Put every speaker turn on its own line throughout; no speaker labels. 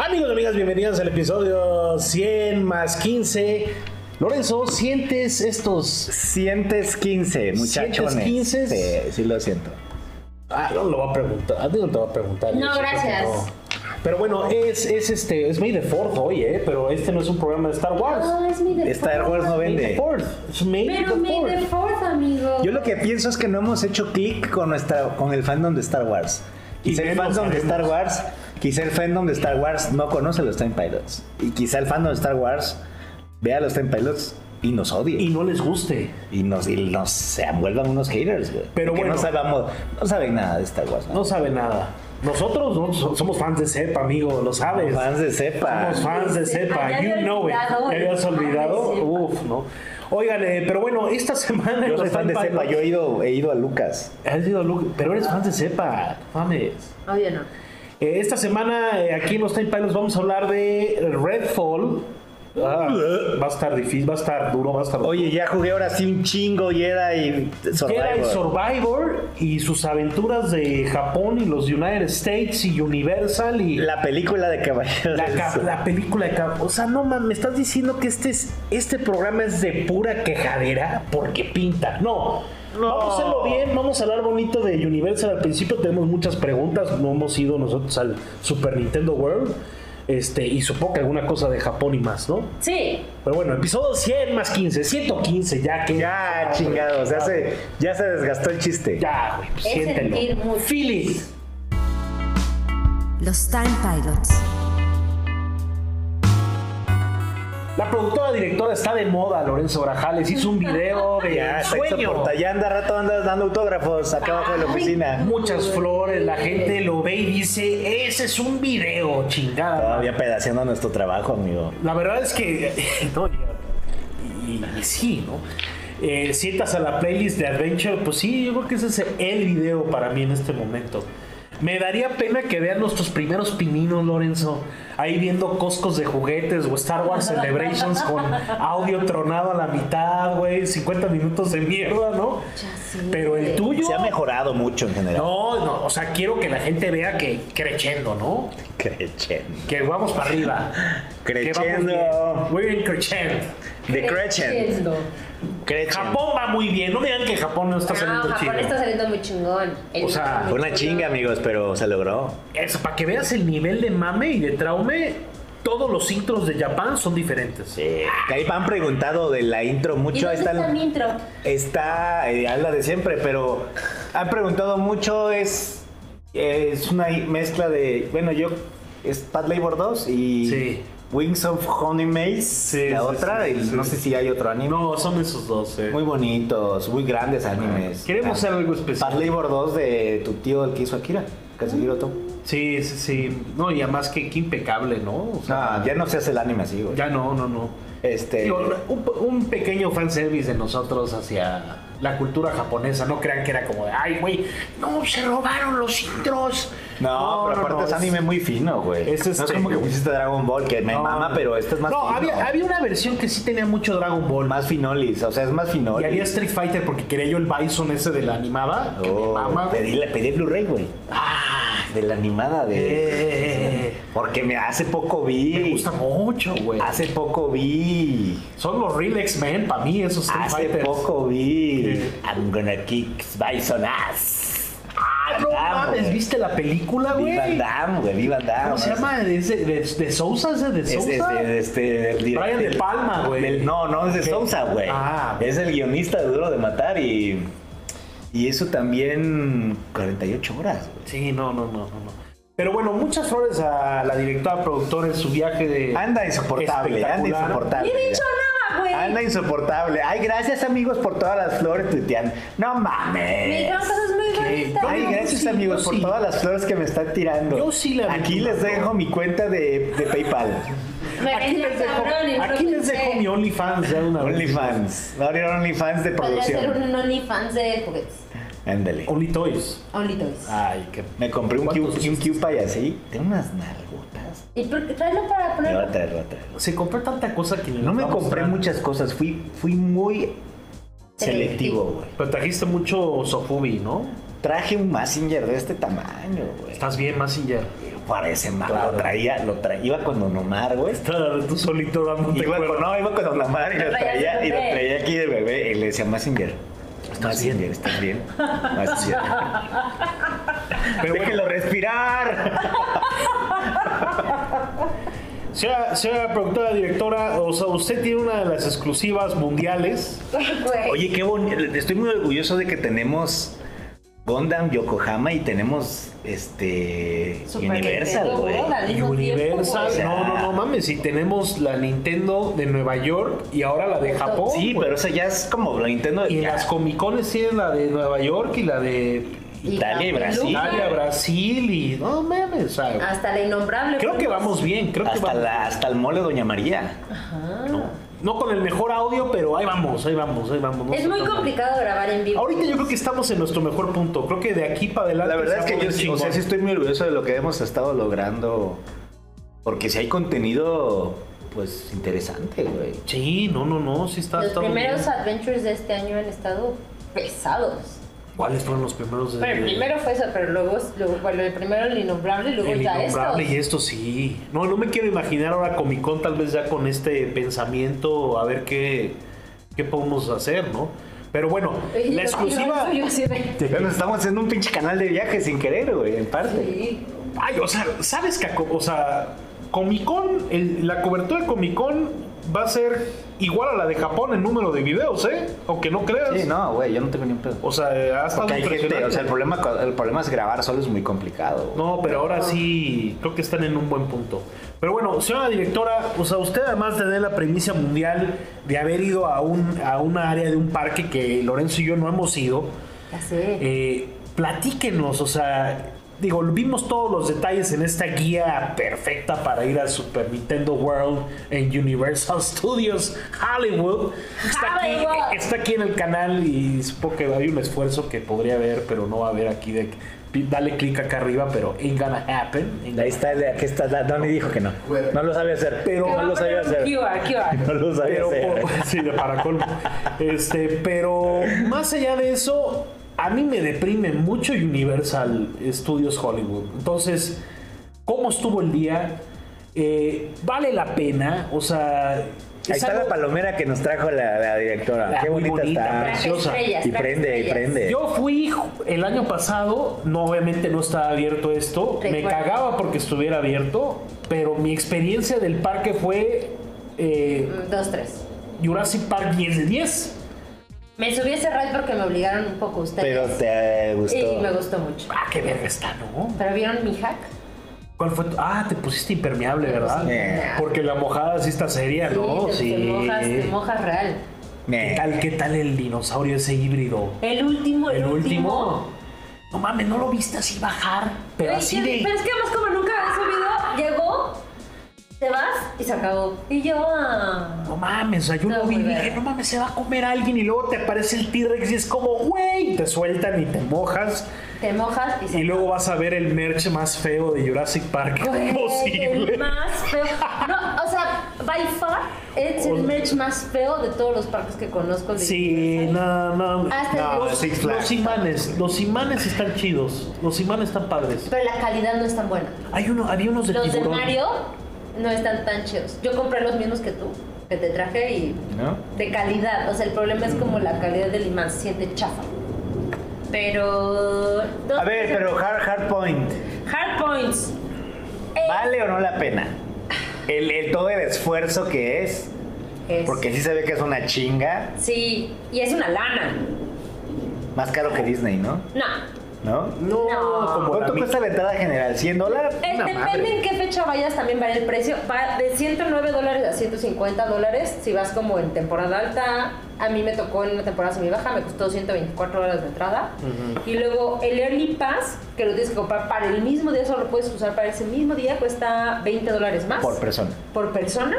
Amigos y amigas, bienvenidos al episodio 100 más 15. Lorenzo, ¿sientes estos
Sientes 15, muchachones.
¿Sientes 15?
Sí, sí lo siento.
Ah, no lo va a preguntar. A ti no te va a preguntar.
No,
yo creo que
gracias.
Pero bueno, es, es este, es May the Fourth hoy, ¿eh? Pero este no es un programa de Star Wars.
No, es mi de
Star
Ford.
Wars no
May the
vende.
Fourth. Es May
Ah. Pero
the
mi de
Fourth.
Ford, amigo.
Yo lo que pienso es que no hemos hecho clic con nuestra con el fandom de Star Wars. Quizá
Y
el
menos
fandom de
sabemos.
Star Wars, quizá el fandom de Star Wars no conoce los Time Pilots y quizá el fandom de Star Wars vea los Time Pilots y nos odie
Y
y,
no les guste.
nos y nos se vuelvan unos haters, güey.
Pero
Porque
bueno.
no sabemos, no saben nada de Star Wars.
No sabe nada. Nosotros no so- somos fans de Zepa, amigo, lo sabes.
Fans de Zepa.
Somos fans de
De Zepa,
Zepa,
Este, ah, ya
you
había
know it.
olvidado ¿eh? Ah,
¿Te
el
habías
fan de
olvidado?
Zepa.
Uf, no. Oigan, eh, pero bueno, esta semana.
Yo
los
soy fan de
Time
Zepa,
Pilots-
yo he ido, he ido a Lucas.
Has ido a Luke, pero eres fan de Zepa, no mames.
Obvio no.
Eh, esta semana eh, aquí en los Time Pilots vamos a hablar de Redfall. Ah, va a estar difícil, va a estar duro, va a estar duro.
Oye, ya jugué ahora sí un chingo Jedi y
Jedi
Survivor.
Survivor y sus aventuras de Japón y los United States y Universal y
La película de Caballeros
La,
del
ca-
Zodiaco.
la película de Cap. O sea, no mames, me estás diciendo que este, es- este programa es de pura quejadera porque pinta. No. Vamos a hacerlo bien, vamos a hablar bonito de Universal. Al principio tenemos muchas preguntas, no hemos ido nosotros al Super Nintendo World. Este, y supongo que alguna cosa de Japón y más, ¿no?
Sí.
Pero bueno, episodio 100 más 15, 115 ya que...
Ya, chingado, ya se, ya se desgastó el chiste.
Ya, güey, pues,
Es
siéntelo.
sentir mucho.
Feeling.
Los Time Pilots.
La productora directora está de moda, Lorenzo Brajales. Hizo un video de
Ya, está
sueño.
insoportable. Ya anda rato andas dando autógrafos acá abajo de la oficina.
muchas flores, la gente lo ve y dice, ese es un video, chingada.
Todavía pedaceando nuestro trabajo, amigo.
La verdad es que, no, y, y sí, ¿no? Eh, sientas a la playlist de Adventure, pues sí, yo creo que ese es el video para mí en este momento. Me daría pena que vean nuestros primeros pininos, Lorenzo, ahí viendo coscos de juguetes o Star Wars Celebrations con audio tronado a la mitad, güey, 50 minutos de mierda, ¿no?
Ya sé.
Pero el tuyo...
Se ha mejorado mucho en general.
No, no, o sea, quiero que la gente vea que creciendo, ¿no?
Crescendo.
Que vamos para arriba. Que vamos
Creciendo.
bien. We're in crescendo.
De Crescendo.
Creciendo.
Crescendo.
Japón va muy bien. No me digan que Japón no está
No,
saliendo
Japón
chido.
está saliendo muy chingón. El-
O sea,
muy
Fue una
chingón.
chinga, amigos, pero se logró.
Eso, para que veas el nivel de mame y de traume, todos los intros de Japón son diferentes.
Sí. Que ahí me han preguntado de la intro
¿Y
mucho.
dónde
Ahí
está,
están-
mi intro?
está eh, habla de siempre, pero han preguntado mucho, es, es una mezcla de, bueno, yo es Pad Labor 2 y
Sí.
Wings of Honey Maze,
Sí,
la
sí,
otra,
sí,
y
sí.
no sé si hay otro anime.
No, son esos dos. eh.
Muy bonitos, muy grandes animes.
Queremos hacer algo especial.
Pad Labor 2 de tu tío, el que hizo Akira, Kazuhiro Otomo.
Sí, sí, sí. No, y además que, que impecable, ¿no? O sea,
No, ya no se hace el anime así, güey.
Ah, ya no, no, no.
Este,
Digo, un, un pequeño fanservice de nosotros hacia la cultura japonesa. No crean que era como de, ay, güey, no, se robaron los intros.
no, pero aparte es, anime muy fino, güey.
es
No es
este-
como que pusiste Dragon Ball, que me
no,
mama,
no.
pero este es más
No,
fino.
había, había una versión que sí tenía mucho Dragon Ball.
Más finolis, o sea, es más
y
finolis.
había Street Fighter porque quería yo el Bison ese de la animada. Que me
Oh,
mama, güey.
pedí, la- pedí el Blu-ray, güey.
Ah,
De la animada de.
Eh.
Porque me hace poco vi.
me gusta mucho, güey.
Hace poco vi.
Son los real X-Men para mí, esos Street
Hace
Fighters.
poco vi.
Sí.
I'm gonna kick Bison ass.
Ah, no
Van Damme,
mames,
güey.
¿viste la película, Ah, güey?
Viva Dam, güey, viva Dam.
¿Cómo se llama? ¿De, ese- de, de Sousa? ¿Ese de
Es
Sousa?
de, de- de este, del director.
Brian De Palma, güey.
Del- No, no, es de
¿Qué?
Sousa, güey.
Ah.
Es el guionista de Duro de Matar y. Y eso también 48 horas, güey.
Sí, no, no, no, no. no. Pero bueno, muchas flores a la directora productora en su viaje de.
Anda insoportable, anda
Espectacular.
insoportable.
Ni he dicho nada, güey.
Anda insoportable. Ay, gracias amigos por todas las flores tuiteando. No
Me
mames.
dijeron cosas muy bonitas.
Ay,
no,
gracias
sí,
amigos
yo
por
sí.
todas las flores que me están tirando.
Yo sí le avento
Aquí
una
les
flor.
dejo mi cuenta de, de PayPal.
Me
Aquí
vendría
les dejo,
cabrón y no
aquí
lo
les
pensé.
dejo mi OnlyFans ya de una vez.
OnlyFans. No abrir OnlyFans de
Podría ser
producción.
un OnlyFans de juguetes.
Ándale.
OnlyToys.
Only Toys.
Ay, qué.
Me compré un,
¿Cuántos?
Q- un Q-Pie así. Tengo unas nalgotas.
¿Y por qué tráelo para
Me va a
ponerlo?
traer, lo voy a traer.
Se compró tanta cosa que ni
No
nos
me
vamos
compré
a-
muchas cosas. Fui, fui muy
Selectivo.
selectivo, güey.
Pero trajiste mucho Sofubi, ¿no?
traje un Massinger de este tamaño, güey.
Estás bien, Massinger.
Parece malo.
Claro. Este,
Lo traía, lo traía. Iba con Don Omar, güey.
Estás tú solito dándote
Iba con,
cuerda.
no, iba con Don Omar y lo
Traía de
traía, y lo
bebé.
traía aquí de bebé. Y le decía Massinger.
Estás bien.
Mazinger, ¿Estás bien? Mazinger.
Pero bueno.
Déjelo respirar.
Sea, sea productora, directora, o sea, usted tiene una de las exclusivas mundiales.
Güey.
Oye, qué bonito. Estoy muy orgulloso de que tenemos Gondam, Yokohama y tenemos este
Super
Universal,
Nintendo,
güey.
güey, al mismo
Universal.
tiempo,
no, no, no mames. Si tenemos la Nintendo de Nueva York y ahora la de Japón.
Sí,
güey.
pero esa ya es como la Nintendo de
Y las Comic Cones tienen la de Nueva York y la de
güey.
Italia y
la
Brasil.
peluca,
Italia, Brasil y. No mames. o sea,
Hasta la innombrable.
creo que
peluca.
vamos bien. Creo que
hasta,
vamos.
la- hasta el mole Doña María.
No con el mejor audio, pero ahí vamos, ahí vamos, ahí vamos. no
Es
sé
muy
tanto.
complicado grabar en vivo.
Ahorita yo creo que estamos en nuestro mejor punto. Creo que de aquí para adelante.
La verdad es que yo
estamos
sí, o
chingón.
sea, sí estoy muy orgulloso de lo que hemos estado logrando. Porque si hay contenido, pues interesante, güey.
Sí, no, no, no, sí está.
Los
está muy
primeros
bien.
adventures de este año han estado pesados.
¿Cuáles fueron los primeros? de-
Pero el primero fue eso, pero luego, luego bueno, el primero el innombrable y luego
El
ya esto.
innombrable y esto sí. No, no me quiero imaginar ahora Comic Con tal vez ya con este pensamiento a ver qué, qué podemos hacer, ¿no? Pero bueno,
Y
la
yo-
exclusiva...
y yo así de-
Ya nos estamos haciendo un pinche canal de viajes sin querer, güey, en parte.
Sí.
Ay, o sea, sabes que, a co- o sea, Comic Con, el- la cobertura de Comic Con va a ser igual a la de Japón en número de videos, ¿eh? Aunque no creas.
Sí, no, güey, yo no tengo ni un pedo.
O sea, ha estado
Porque hay gente,
impresionante.
o sea, el problema, co- el problema es grabar solo es muy complicado. güey.
No, pero ahora sí creo que están en un buen punto. Pero bueno, señora directora, o sea, usted además de tener la premisa mundial de haber ido a, un, a una área de un parque que Lorenzo y yo no hemos ido,
Ya sé.
eh, platíquenos, o sea, digo, vimos todos los detalles en esta guía perfecta para ir al Super Nintendo World en Universal Studios Hollywood. Está aquí,
Hollywood.
está aquí en el canal y supongo que hay un esfuerzo que podría haber, pero no va a haber aquí de pi- dale clic acá arriba, pero ain't gonna happen. ain't
Ahí
gonna-
está, el- aquí está, la- Donnie dijo que no. No lo sabía hacer, pero
Que va
no
a
lo sabía
poner un
hacer.
QR, QR.
No lo sabía
Pero
hacer.
por- sí, de para colmo. Este, pero más allá de eso, a mí me deprime mucho Universal Studios Hollywood. Entonces, ¿cómo estuvo el día? Eh, ¿Vale la pena? O sea, es
Ahí está
algo-
la palomera que nos trajo la, la directora.
Ah,
Qué
muy
bonita,
bonita,
está.
Traje
preciosa.
estrellas,
Y
traje
prende, y
estrellas.
prende.
Yo fui ju- el año pasado, no obviamente no estaba abierto esto, me
Recuerdo.
cagaba porque estuviera abierto, pero mi experiencia del parque fue eh,
Mm, Dos, tres.
Jurassic Park 10 de 10.
Me subí a ese ride porque me obligaron un poco
Pero te
ustedes.
gustó.
Y me gustó mucho.
Ah, qué verga está, ¿no?
¿Pero vieron mi hack?
¿Cuál fue? tu- Ah, te pusiste impermeable, ¿verdad?
Eh.
Porque la mojada sí está seria, ¿no?
te, te mojas, te mojas real.
¿Qué
Meh.
tal, qué tal el dinosaurio ese híbrido?
El último, el,
El último. No mames, no lo viste así bajar, pero
Oye,
así
que-
de.
pero es que además como nunca había subido, llegó, te vas y se acabó. Y yo, ah.
No mames, o sea, yo
No,
lo vi y
muy
dije,
verga.
no mames, se va a comer a alguien y luego te aparece el T-Rex y es como, güey, te sueltan y te mojas
te mojas y se
y luego vas a ver el merch más feo de Jurassic Park
Güey, El
posible.
más feo. No, o sea, by far es el merch más feo de todos los parques que conozco. de
Sí,
Universal.
no, no.
Hasta
no,
el-
los,
Six Flags.
los imanes, los imanes están chidos, los imanes están padres.
Pero la calidad no es tan buena.
Hay uno, había unos de
Los de
tiburón.
Mario no están tan chidos. Yo compré los mismos que tú, que te traje y
¿No?
de calidad. O sea, el problema es como la calidad del imán, se siente chafa. Pero. no,
A ver, pero Hard, hard Point,
Hard points. Eh,
¿vale o no la pena? El, el- todo el esfuerzo que es,
es-
porque sí se ve que es una chinga,
Sí, y es una lana.
más caro que Disney, ¿no?
No.
¿No?
No,
No.
como la
¿Cuánto
mi-
cuesta la entrada general? ¿100 dólares?
Eh,
Una
depende
madre.
en qué fecha vayas, también varía el precio. Va de 109 dólares a 150 dólares. Si vas como en temporada alta, a mí me tocó en una temporada semi baja, me costó 124 dólares de entrada. Y luego el Early Pass, que lo tienes que comprar para el mismo día, solo lo puedes usar para ese mismo día, cuesta 20 dólares más.
Por persona.
Por persona.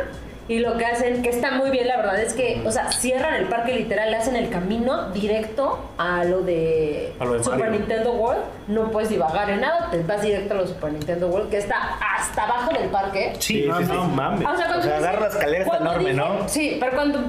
Y lo que hacen, que está muy bien, la verdad es que, o sea, cierran el parque literal, le hacen el camino directo a lo de,
A lo de
Super
Mario.
Nintendo World. No puedes divagar en nada, te vas directo a lo de Super Nintendo World, que está hasta abajo del parque.
Sí,
Sí,
no,
sí, sí.
no mames.
O sea, cuando
O sea,
dice-
agarra la escalera, está
cuando
enorme,
dije-
¿no?
Sí, pero cuando.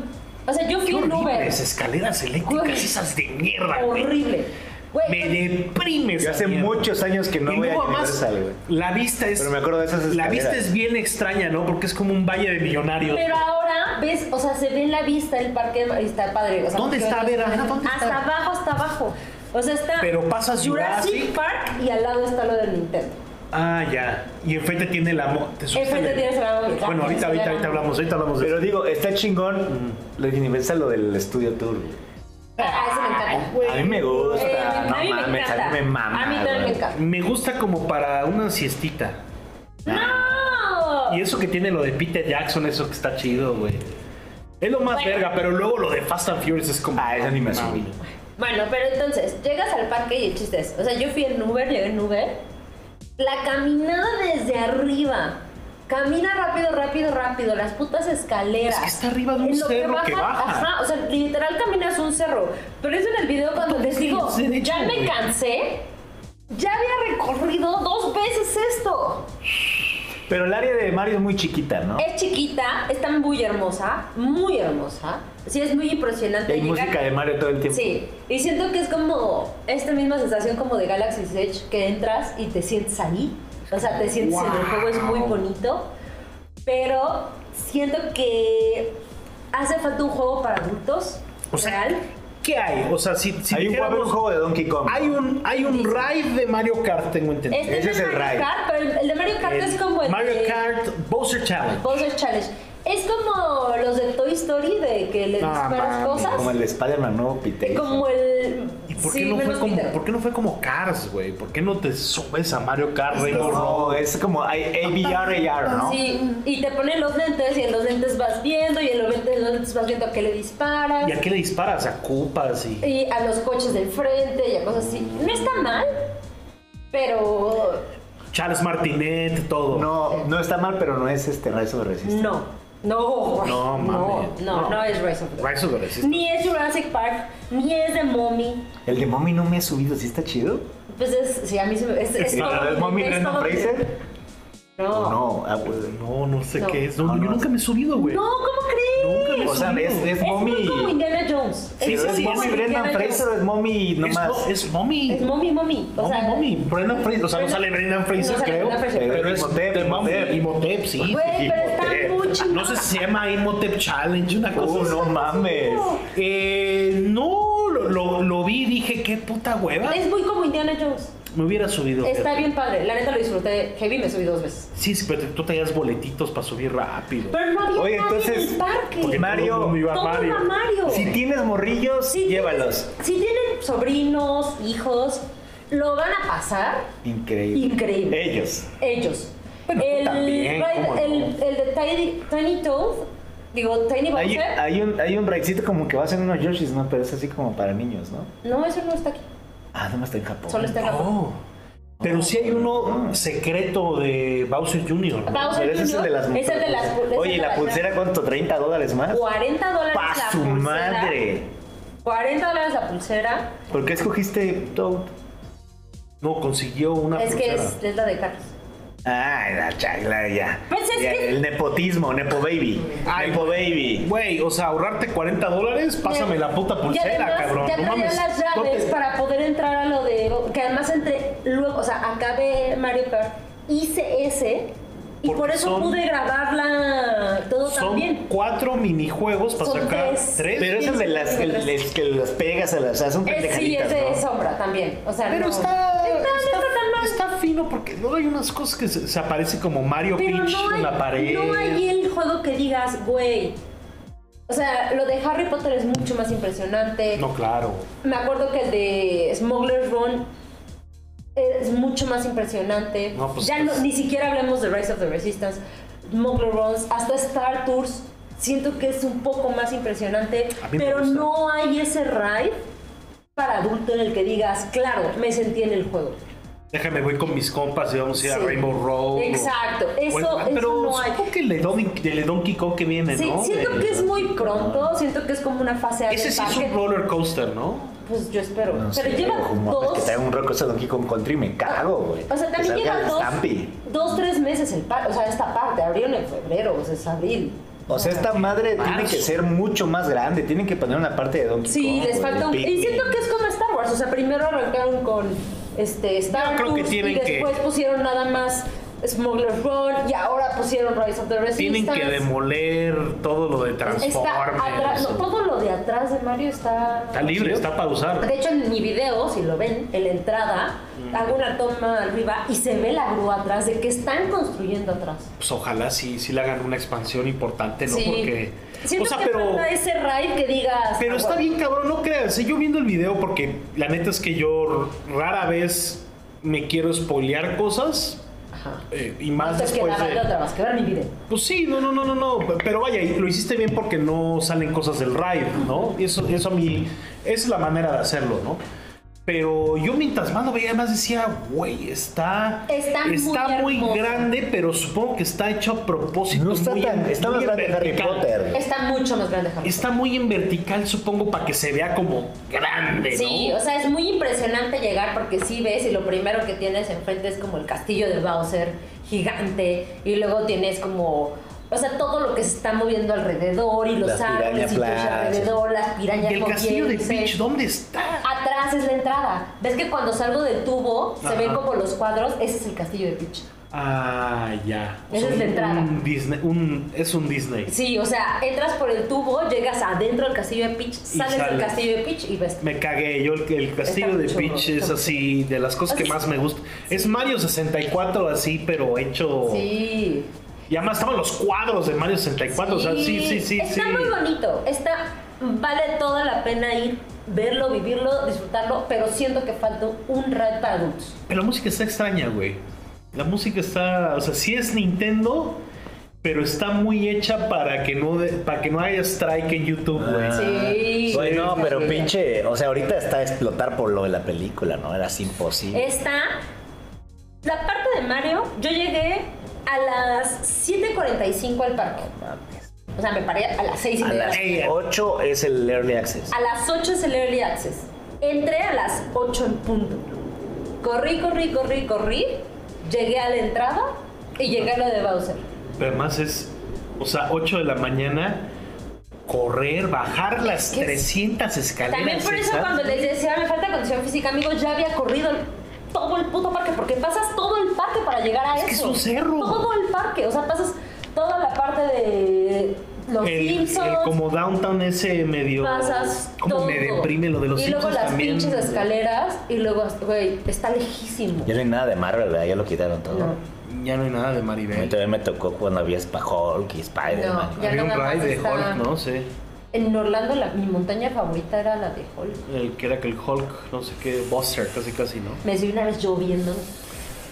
O sea, yo fui
Qué
en
horribles,
Uber.
escaleras eléctricas
Güey.
esas de mierda, güey.
Horrible. Güey,
Me
con-
deprime
Yo
esa
hace
mierda.
muchos años que no
y
voy a
luego más,
Universal, güey.
la vista es.
Pero me acuerdo de esas
La
escaleras.
vista es bien extraña, ¿no? Porque es como un valle de millonarios.
Pero ahora ves, o sea, se ve en la vista el parque, está padre. O sea,
¿Dónde
porque
está? A ver, ajá, ¿dónde
hasta
está?
abajo, hasta abajo. O sea, está
Pero pasas
Jurassic,
Jurassic.
Park y al lado está lo del Nintendo.
Ah, ya. Y enfrente tiene la. mo- te subes
Enfrente
en el-
tienes la mo-
Bueno, ahorita, ahorita, ahorita hablamos, ahorita hablamos de
Pero
eso.
digo, está chingón lo de Universal, lo del estudio tour. güey.
Ah, eso me encanta.
A mí me gusta,
Eh, a
no
mí me
mames,
encanta.
a mí me mama.
A mí también
güey.
me encanta.
Me gusta como para una siestita.
¡No!
Y eso que tiene lo de Peter Jackson, eso que está chido, güey. Es lo más
Bueno.
verga, pero luego lo de Fast and Furious es como.
Ah, esa ni me subí.
Bueno, pero entonces, llegas al parque y el chiste es, o sea, yo fui en Uber, llegué en Uber, la caminada desde arriba, camina rápido, rápido, rápido, las putas escaleras.
Es que está arriba de un
En lo
cerro que
bajas,
baja.
Ajá, o sea, literal caminas un cerro, pero es en el video cuando les digo,
sí, de hecho,
ya me
güey.
cansé, ya había recorrido dos veces esto.
Pero el área de Mario es muy chiquita, ¿no?
Es chiquita, está muy hermosa, muy hermosa, sí, es muy
Y
impresionante.
hay
llegar-
música de Mario todo el tiempo.
Sí, y siento que es como esta misma sensación como de Galaxy's Edge, que entras y te sientes ahí. O sea, te sientes en el juego, es muy bonito. Pero siento que hace falta un juego para adultos.
O sea,
real.
¿Qué hay? O sea, si, si
hay un,
dijéramos-
haber un juego de Donkey Kong.
Hay un, hay un ride de Mario Kart, tengo entendido.
Este
ese
no
es el
Mario
ride.
Kart, pero el, el de Mario Kart es como el
Mario
de
Kart Bowser Challenge.
Bowser Challenge. Es como los de Toy Story de que le
Ah,
disparas
mami,
cosas.
Como el de Spider-Man nuevo Peter.
Como el.
¿Y por qué,
sí,
no fue
menos
como,
Peter.
por qué no fue como Cars, güey? ¿Por qué no te subes a Mario Kart
No,
Rainbow Road?
no, es como hay ABR, AR, ¿no?
Sí, y te ponen los lentes y en los lentes vas viendo y en los lentes, en los lentes vas viendo a qué le disparas
¿Y a qué le disparas? A cupas y...
y a los coches del frente y a cosas así. No está mal, pero
Charles Martinet, todo.
No, no está mal, pero no es este Rise of Resistance.
no. No, güey,
No,
no,
mames.
no,
No.
no es Rise of the-
Rise of the Resistance.
Ni es Jurassic Park, ni es de Mommy.
El de Mommy no me ha subido, ¿sí está chido?
Pues es, sí, a mí se me. Es, es
¿Y
todo-
la de Mommy
es
Brendan
todo-
Fraser?
No. no.
No, ah, pues,
No, no sé
No.
qué es. No,
No,
yo
no.
nunca me he subido, güey.
¿cómo crees?
Nunca me he
O sea, es,
subido.
es
Es muy
Mommy.
como Indiana Jones.
Sí,
¿Pero
muy
es
sí,
Mommy
sí,
como
Brendan
Indiana
Fraser o
Jones.
es Mommy
Es,
nomás?
no, es mommy.
Es Mommy, Mommy. O
Mommy,
sea,
mommy. Brendan Fraser. O sea, no
Brendan-
sale Brendan Fraser,
No sale
creo.
Brendan Fraser.
Pero es
Imhotep,
de Mommy.
Imhotep.
Imhotep, sí.
Güey, pero está
Imhotep.
muy chingón.
No sé si se llama Imhotep Challenge, una cosa
Uh,
así.
no mames.
Eh, no, lo, lo- lo vi y dije, qué puta hueva.
Es muy como Indiana Jones.
Me hubiera subido.
Está
fíjate.
bien padre. La neta lo disfruté. Heavy me subí dos veces.
Sí, sí, pero tú tenías boletitos para subir rápido.
Pero no había
Oye,
nadie en
entonces,
el parque.
Porque
Mario,
todo el mundo iba a
todo
Mario.
era Mario.
Si tienes morrillos,
Si
llévalos.
Si tienen sobrinos, hijos, lo van a pasar
Increíble.
increíble.
Ellos.
Ellos.
Bueno, tú
el,
también,
ride-
¿cómo no?
el, el de Tiny, Tiny Toad, digo, Tiny
Hay,
Bowser.
hay un, hay un raidcito como que va a ser unos Yoshis, ¿no? Pero es así como para niños, ¿no?
No, eso no está aquí.
Ah, no, está en Japón.
Solo está en Japón.
No. Pero sí hay uno secreto de Bowser Jr. ¿no?
Bowser
Pero ese es el
Jr.
de las
es el de las pul- es
Oye, ¿y
el de
la
las-
pulsera cuánto? ¿30 dólares más?
40 dólares
¡Pa
la
su
pulsera.
madre!
40 dólares la pulsera.
¿Por qué escogiste Toad?
No, consiguió una
es que
pulsera.
es, es la de Carlos.
Ah, la chacla, ya.
Pues es
Ya,
que-
El nepotismo, Nepo Baby.
Ay,
nepo Baby.
Güey, o sea, ahorrarte 40 dólares, pásame la puta
Y
pulsera,
además,
cabrón.
Ya
no
traía
mames.
las
No
llaves
te-
para poder entrar a lo de. Que además entre luego, o sea, acabé Mario Kart, hice ese y
Porque
por eso
son-
pude grabarla todo
Son
también.
cuatro minijuegos para
Son
sacar
tres.
tres.
Pero esas de las que, les- que las pegas, se las hacen
Es, sí,
pendejaditas,
es de
¿no?
sombra también. O sea,
Pero
no-
está,
Está, no está tan mal.
está fino porque luego hay unas cosas que se, se aparece como Mario
Pero
Peach
no hay,
en la pared.
no hay el juego que digas, güey. O sea, lo de Harry Potter es mucho más impresionante.
No, claro.
Me acuerdo que el de Smuggler's Run es mucho más impresionante.
No, pues,
ya no-
pues.
ni siquiera hablemos de Rise of the Resistance, Smuggler Runs, hasta Star Tours. Siento que es un poco más impresionante,
A mí me
pero
gusta.
no hay ese ride para adulto en el que digas, claro, me sentí en el juego.
Déjame, voy con mis compas y vamos a ir a
Sí.
Rainbow Road. o-
Exacto, eso-
ah,
eso
pero
no hay.
supongo que el de, Donkey, el de Donkey Kong que viene,
Sí,
¿no?
siento
El-
que es muy pronto, siento que es como una fase A
Ese
del
sí es un
parque.
roller coaster, ¿no?
Pues yo espero.
No sé,
pero lleva
como
dos.
que traiga un rock cosa Donkey Kong Country, me cago, güey.
O sea, también
Que salga
lleva
el
dos,
Stampy.
dos, tres meses el par, o sea, esta parte, abrieron en febrero, o sea, es abril.
O sea, esta madre tiene
Marzo.
que ser mucho más grande. Tienen que poner una parte de Donkey
Sí,
Kong.
les
güey,
falta un...
de
Y siento
Pikmin.
que es como Star Wars. O sea, primero arrancaron con este, Star
creo que
Wars y
tienen que-
después pusieron nada más Smuggler's Run y ahora pusieron Rise of the Resistance.
Tienen que demoler todo lo de
Está atrás,
Transformers.
no, todo lo de atrás de Mario está...
Está libre, está para usar.
De hecho, en mi video, si lo ven, en la entrada,
Mm.
hago una toma arriba y se ve la grúa atrás de que están construyendo atrás.
Pues ojalá sí, sí le hagan una expansión importante, ¿no? Porque.
Siento
o sea,
que
pero.
falta ese raid que digas...
Pero
"Ah,
está
bueno".
bien cabrón, no creas. ¿eh? Yo viendo el video, porque la neta es que yo rara vez me quiero spoilear cosas.
Ajá.
eh, y más
Entonces, que
después
la
de.
de otra más, que ver mi video.
Pues sí, no, no, no, no, no. Pero vaya, y lo hiciste bien porque no salen cosas del raid, ¿no? Eso, eso a mí es la manera de hacerlo, ¿no? Pero yo mientras más lo veía, además decía, güey, está,
Está
muy,
muy hermoso".
grande, pero supongo que está hecho a propósito.
No está
muy
tan.
en-
Está
muy
más
en
grande que Harry
vertical.
Potter.
Está mucho más grande Harry
Está muy en vertical, supongo, para que se vea como grande, ¿no?
Sí, o sea, es muy impresionante llegar porque sí ves y lo primero que tienes enfrente es como el castillo de Bowser gigante y luego tienes como, o sea, todo lo que se está moviendo alrededor y los
Las
árboles
piraña
y tus
Plaza.
alrededor, las pirañas
¿Y el castillo de
moviéndose.
Peach, ¿dónde está?
Atrás es la entrada. ¿Ves que cuando salgo del tubo se
Ajá.
ven como los cuadros? Ese es el castillo de Peach.
Ah, ya.
Esa es la entrada.
Un Disney, un, es un Disney.
Sí, o sea, entras por el tubo, llegas adentro del castillo de Peach, sales del
sales.
castillo de Peach y ves.
Me cagué, yo el, el castillo
Está
de
mucho,
Peach
está
es
mucho.
así de las cosas que más me gusta. Es Mario 64 así, pero hecho...
Sí.
Y además estaban los cuadros de Mario 64, o sea, sí, sí, sí,
Está
sí.
muy bonito. Está, vale toda la pena ir, verlo, vivirlo, disfrutarlo, pero siento que faltó un raid para adultos.
Pero la música está extraña, güey. La música está, o sea, sí es Nintendo, pero está muy hecha para que no de- para que no haya strike en YouTube, güey.
Ah,
Sí.
Oye, no,
Sí,
pero
sí.
pinche. O sea, ahorita está a explotar por lo de la película, ¿no? Era así imposible.
Está, la parte de Mario, yo llegué a las 7.45 al parque.
Mames.
O sea, me paré a las 6 y
A
media.
las
Ey,
8 es el Early Access.
A las 8 es el Early Access. Entré a las 8 en punto. Corrí, corrí, corrí, corrí. Llegué a la entrada y llegué a lo de Bowser.
Pero además es, o sea, 8 de la mañana, correr, bajar las
¿Qué es?
300 escaleras.
También por eso
esas.
cuando les decía me falta condición física, amigos, ya había corrido todo el puto parque, porque pasas todo el parque para llegar a
Es
eso.
que es un cerro.
Todo el parque, o sea, pasas toda la parte de los
El-
Simpsons.
el como downtown ese medio.
Pasas
como
todo.
me deprime lo de los
Y luego
Simpsons
las
también.
pinches escaleras y luego, güey, está lejísimo.
Ya no hay nada de Marvel, ¿verdad? Ya lo quitaron todo.
No.
Ya no hay nada de
A mí
Maribel.
todavía me tocó cuando había Spa-Hulk y Spider-Man.
Ya
Había un
nada más
ride de
está-
Hulk, ¿no? sé
En Orlando la- mi montaña favorita era la de Hulk.
El que era que el Hulk, no sé qué, Buster, casi casi, ¿no?
Me subí una vez lloviendo.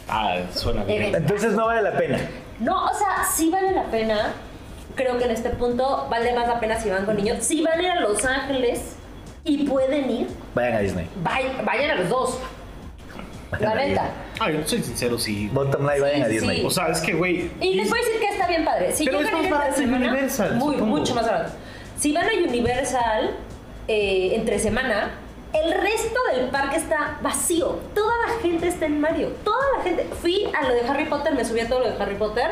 Ah, suena bien.
Eh,
Entonces no vale la pena.
No, o sea, sí vale la pena. Creo que en este punto vale más la pena si van con niños. Si van a ir a Los Ángeles y pueden ir,
Vayan a Disney.
vay- vayan a los dos. La
Vayan a
neta.
Ay, yo soy sincero, sí.
Bottom line, vayan
Sí,
a Disney.
sí.
O sea, es que, güey.
Y les voy a decir que está bien padre. Si
Pero
yo
es
quería
más
ir entre
barato en
semana,
Universal,
Muy,
supongo.
mucho más barato. Si van a Universal eh, entre semana, el resto del parque está vacío. Toda la gente está en Mario. Toda la gente. Fui a lo de Harry Potter, me subí a todo lo de Harry Potter,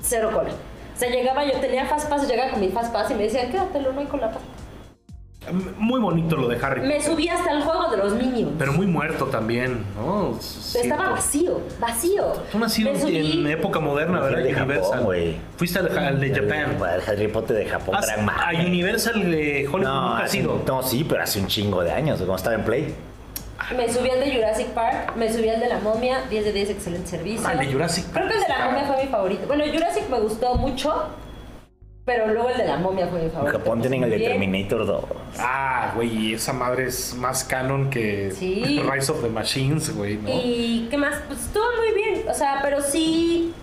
cero cola. O sea, llegaba, yo tenía fast pass, llegaba con mi fast pass y me decían, quédatelo, no hay cola.
Muy bonito lo de Harry.
Me subí hasta el juego de los Minions.
Pero muy muerto también, ¿no?
Estaba
Siento.
vacío, vacío.
Tú no has ido
Me subí-
en época moderna,
Fui
¿verdad?
al de Japón,
Universal.
güey.
Fuiste al, al de Japan.
El Harry Potter de Japón.
Has-
gran
a
madre.
Universal de Hollywood
No,
nunca has
hace-
ido.
no, sí, pero hace un chingo de años, cuando estaba en Play.
Me subí al de Jurassic Park, me subí al de la momia, 10 de 10, excelente servicio.
Ah, el de Jurassic
Creo que el de la momia fue mi favorito. Bueno, Jurassic me gustó mucho, pero luego el de la momia fue mi
En
favorito.
Japón tienen el de Terminator 2.
Ah, güey, y esa madre es más canon que
Sí.
Rise of the Machines, güey, ¿no?
¿Y qué más? Pues estuvo muy bien. O sea, pero sí,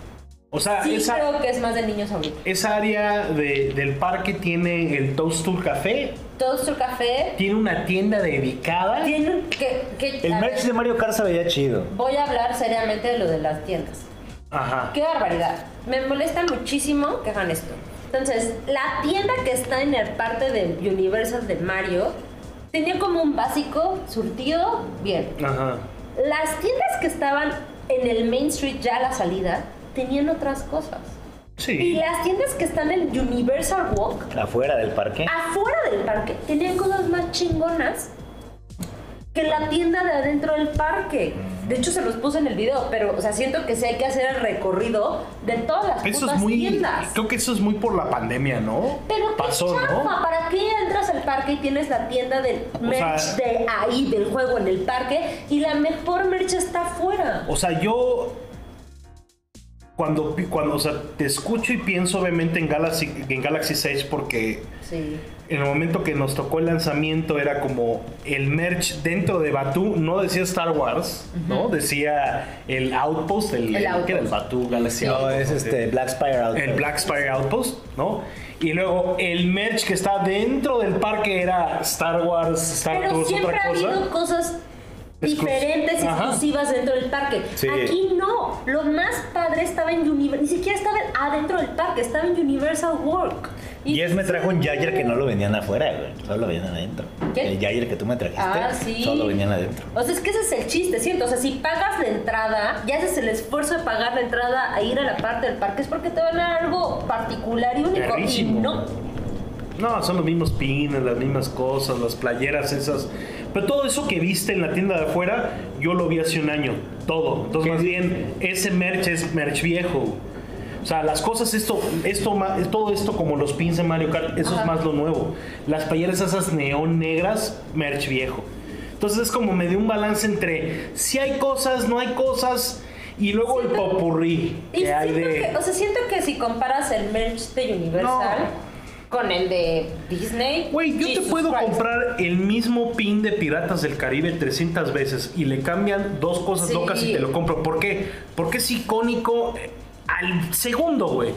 o sea,
sí
Ah, esa,
creo que es más de niños ahorita.
esa área de- del parque tiene el Toast Tour Café,
Toaster Café
tiene una tienda dedicada.
tiene un- que... que-
El
a
merch
ver,
de Mario Kart se veía chido.
Voy a hablar seriamente de lo de las tiendas.
Ajá.
Qué barbaridad. Me molesta muchísimo que hagan esto. Entonces, la tienda que está en el parte de Universal de Mario tenía como un básico surtido bien.
Ajá.
Las tiendas que estaban en el Main Street ya a la salida tenían otras cosas. Y
Sí.
las tiendas que están en Universal Walk
Afuera del parque.
afuera del parque tenían cosas más chingonas que la tienda de adentro del parque. De hecho, se los puse en el video, pero, o sea, siento que sí hay que hacer el recorrido de todas las
Eso
putas
es muy.
tiendas.
Creo que eso es muy por la pandemia, ¿no?
Pero
Pasó,
qué
¿no?
chafa, ¿para qué entras al parque y tienes la tienda del merch
sea-
de ahí, del juego en el parque, y la mejor merch está afuera?
O sea, yo. Cuando, pi- cuando o sea, te escucho y pienso obviamente en Galaxy, en Galaxy 6 porque
Sí.
en el momento que nos tocó el lanzamiento era como el merch dentro de Batu, no decía Star Wars, ¿no? Decía el Outpost, el,
El
el-
Outpost.
¿qué era el Batu Galaxy
No,
Outpost,
es
¿no?
este Black Spiral.
El Black Spire Outpost, ¿no? Y luego el merch que está dentro del parque era Star Wars, Star
Pero
Tours,
siempre
otra
ha
cosa.
habido cosas
Exclus-
diferentes,
Ajá.
exclusivas dentro del parque.
Sí.
Aquí no. Lo más padre estaba en Universal. Ni siquiera estaba adentro del parque, estaba en Universal Work.
Jess me trajo un Jagger que no lo vendían afuera, güey. Solo lo vendían adentro.
¿Qué?
El Jagger que tú me trajiste.
Ah, sí.
Solo lo vendían adentro.
O sea, es que ese es el chiste, ¿cierto? O sea, si pagas la entrada, ya haces el esfuerzo de pagar la entrada a ir a la parte del parque, es porque te van a dar algo particular y único.
Perrísimo.
Y no.
No, son los mismos pines, las mismas cosas, las playeras esas. Pero todo eso que viste en la tienda de afuera, yo lo vi hace un año. Todo. Entonces, más bien, ese merch es merch viejo. O sea, las cosas, esto, esto, ma- todo esto como los pins de Mario Kart, eso
Ajá.
es más lo nuevo. Las playeras esas neón negras, merch viejo. Entonces es como me dio un balance entre si hay cosas, no hay cosas, y luego el
Siento-
popurrí
Y
que hay
siento
de...
que, o sea, siento que si comparas el merch de Universal con el de Disney.
Güey, yo
Jesus
te puedo
Christ.
comprar el mismo pin de Piratas del Caribe 300 veces y le cambian dos cosas
Sí.
locas y te lo compro. ¿Por qué? Porque es icónico eh, al segundo, güey.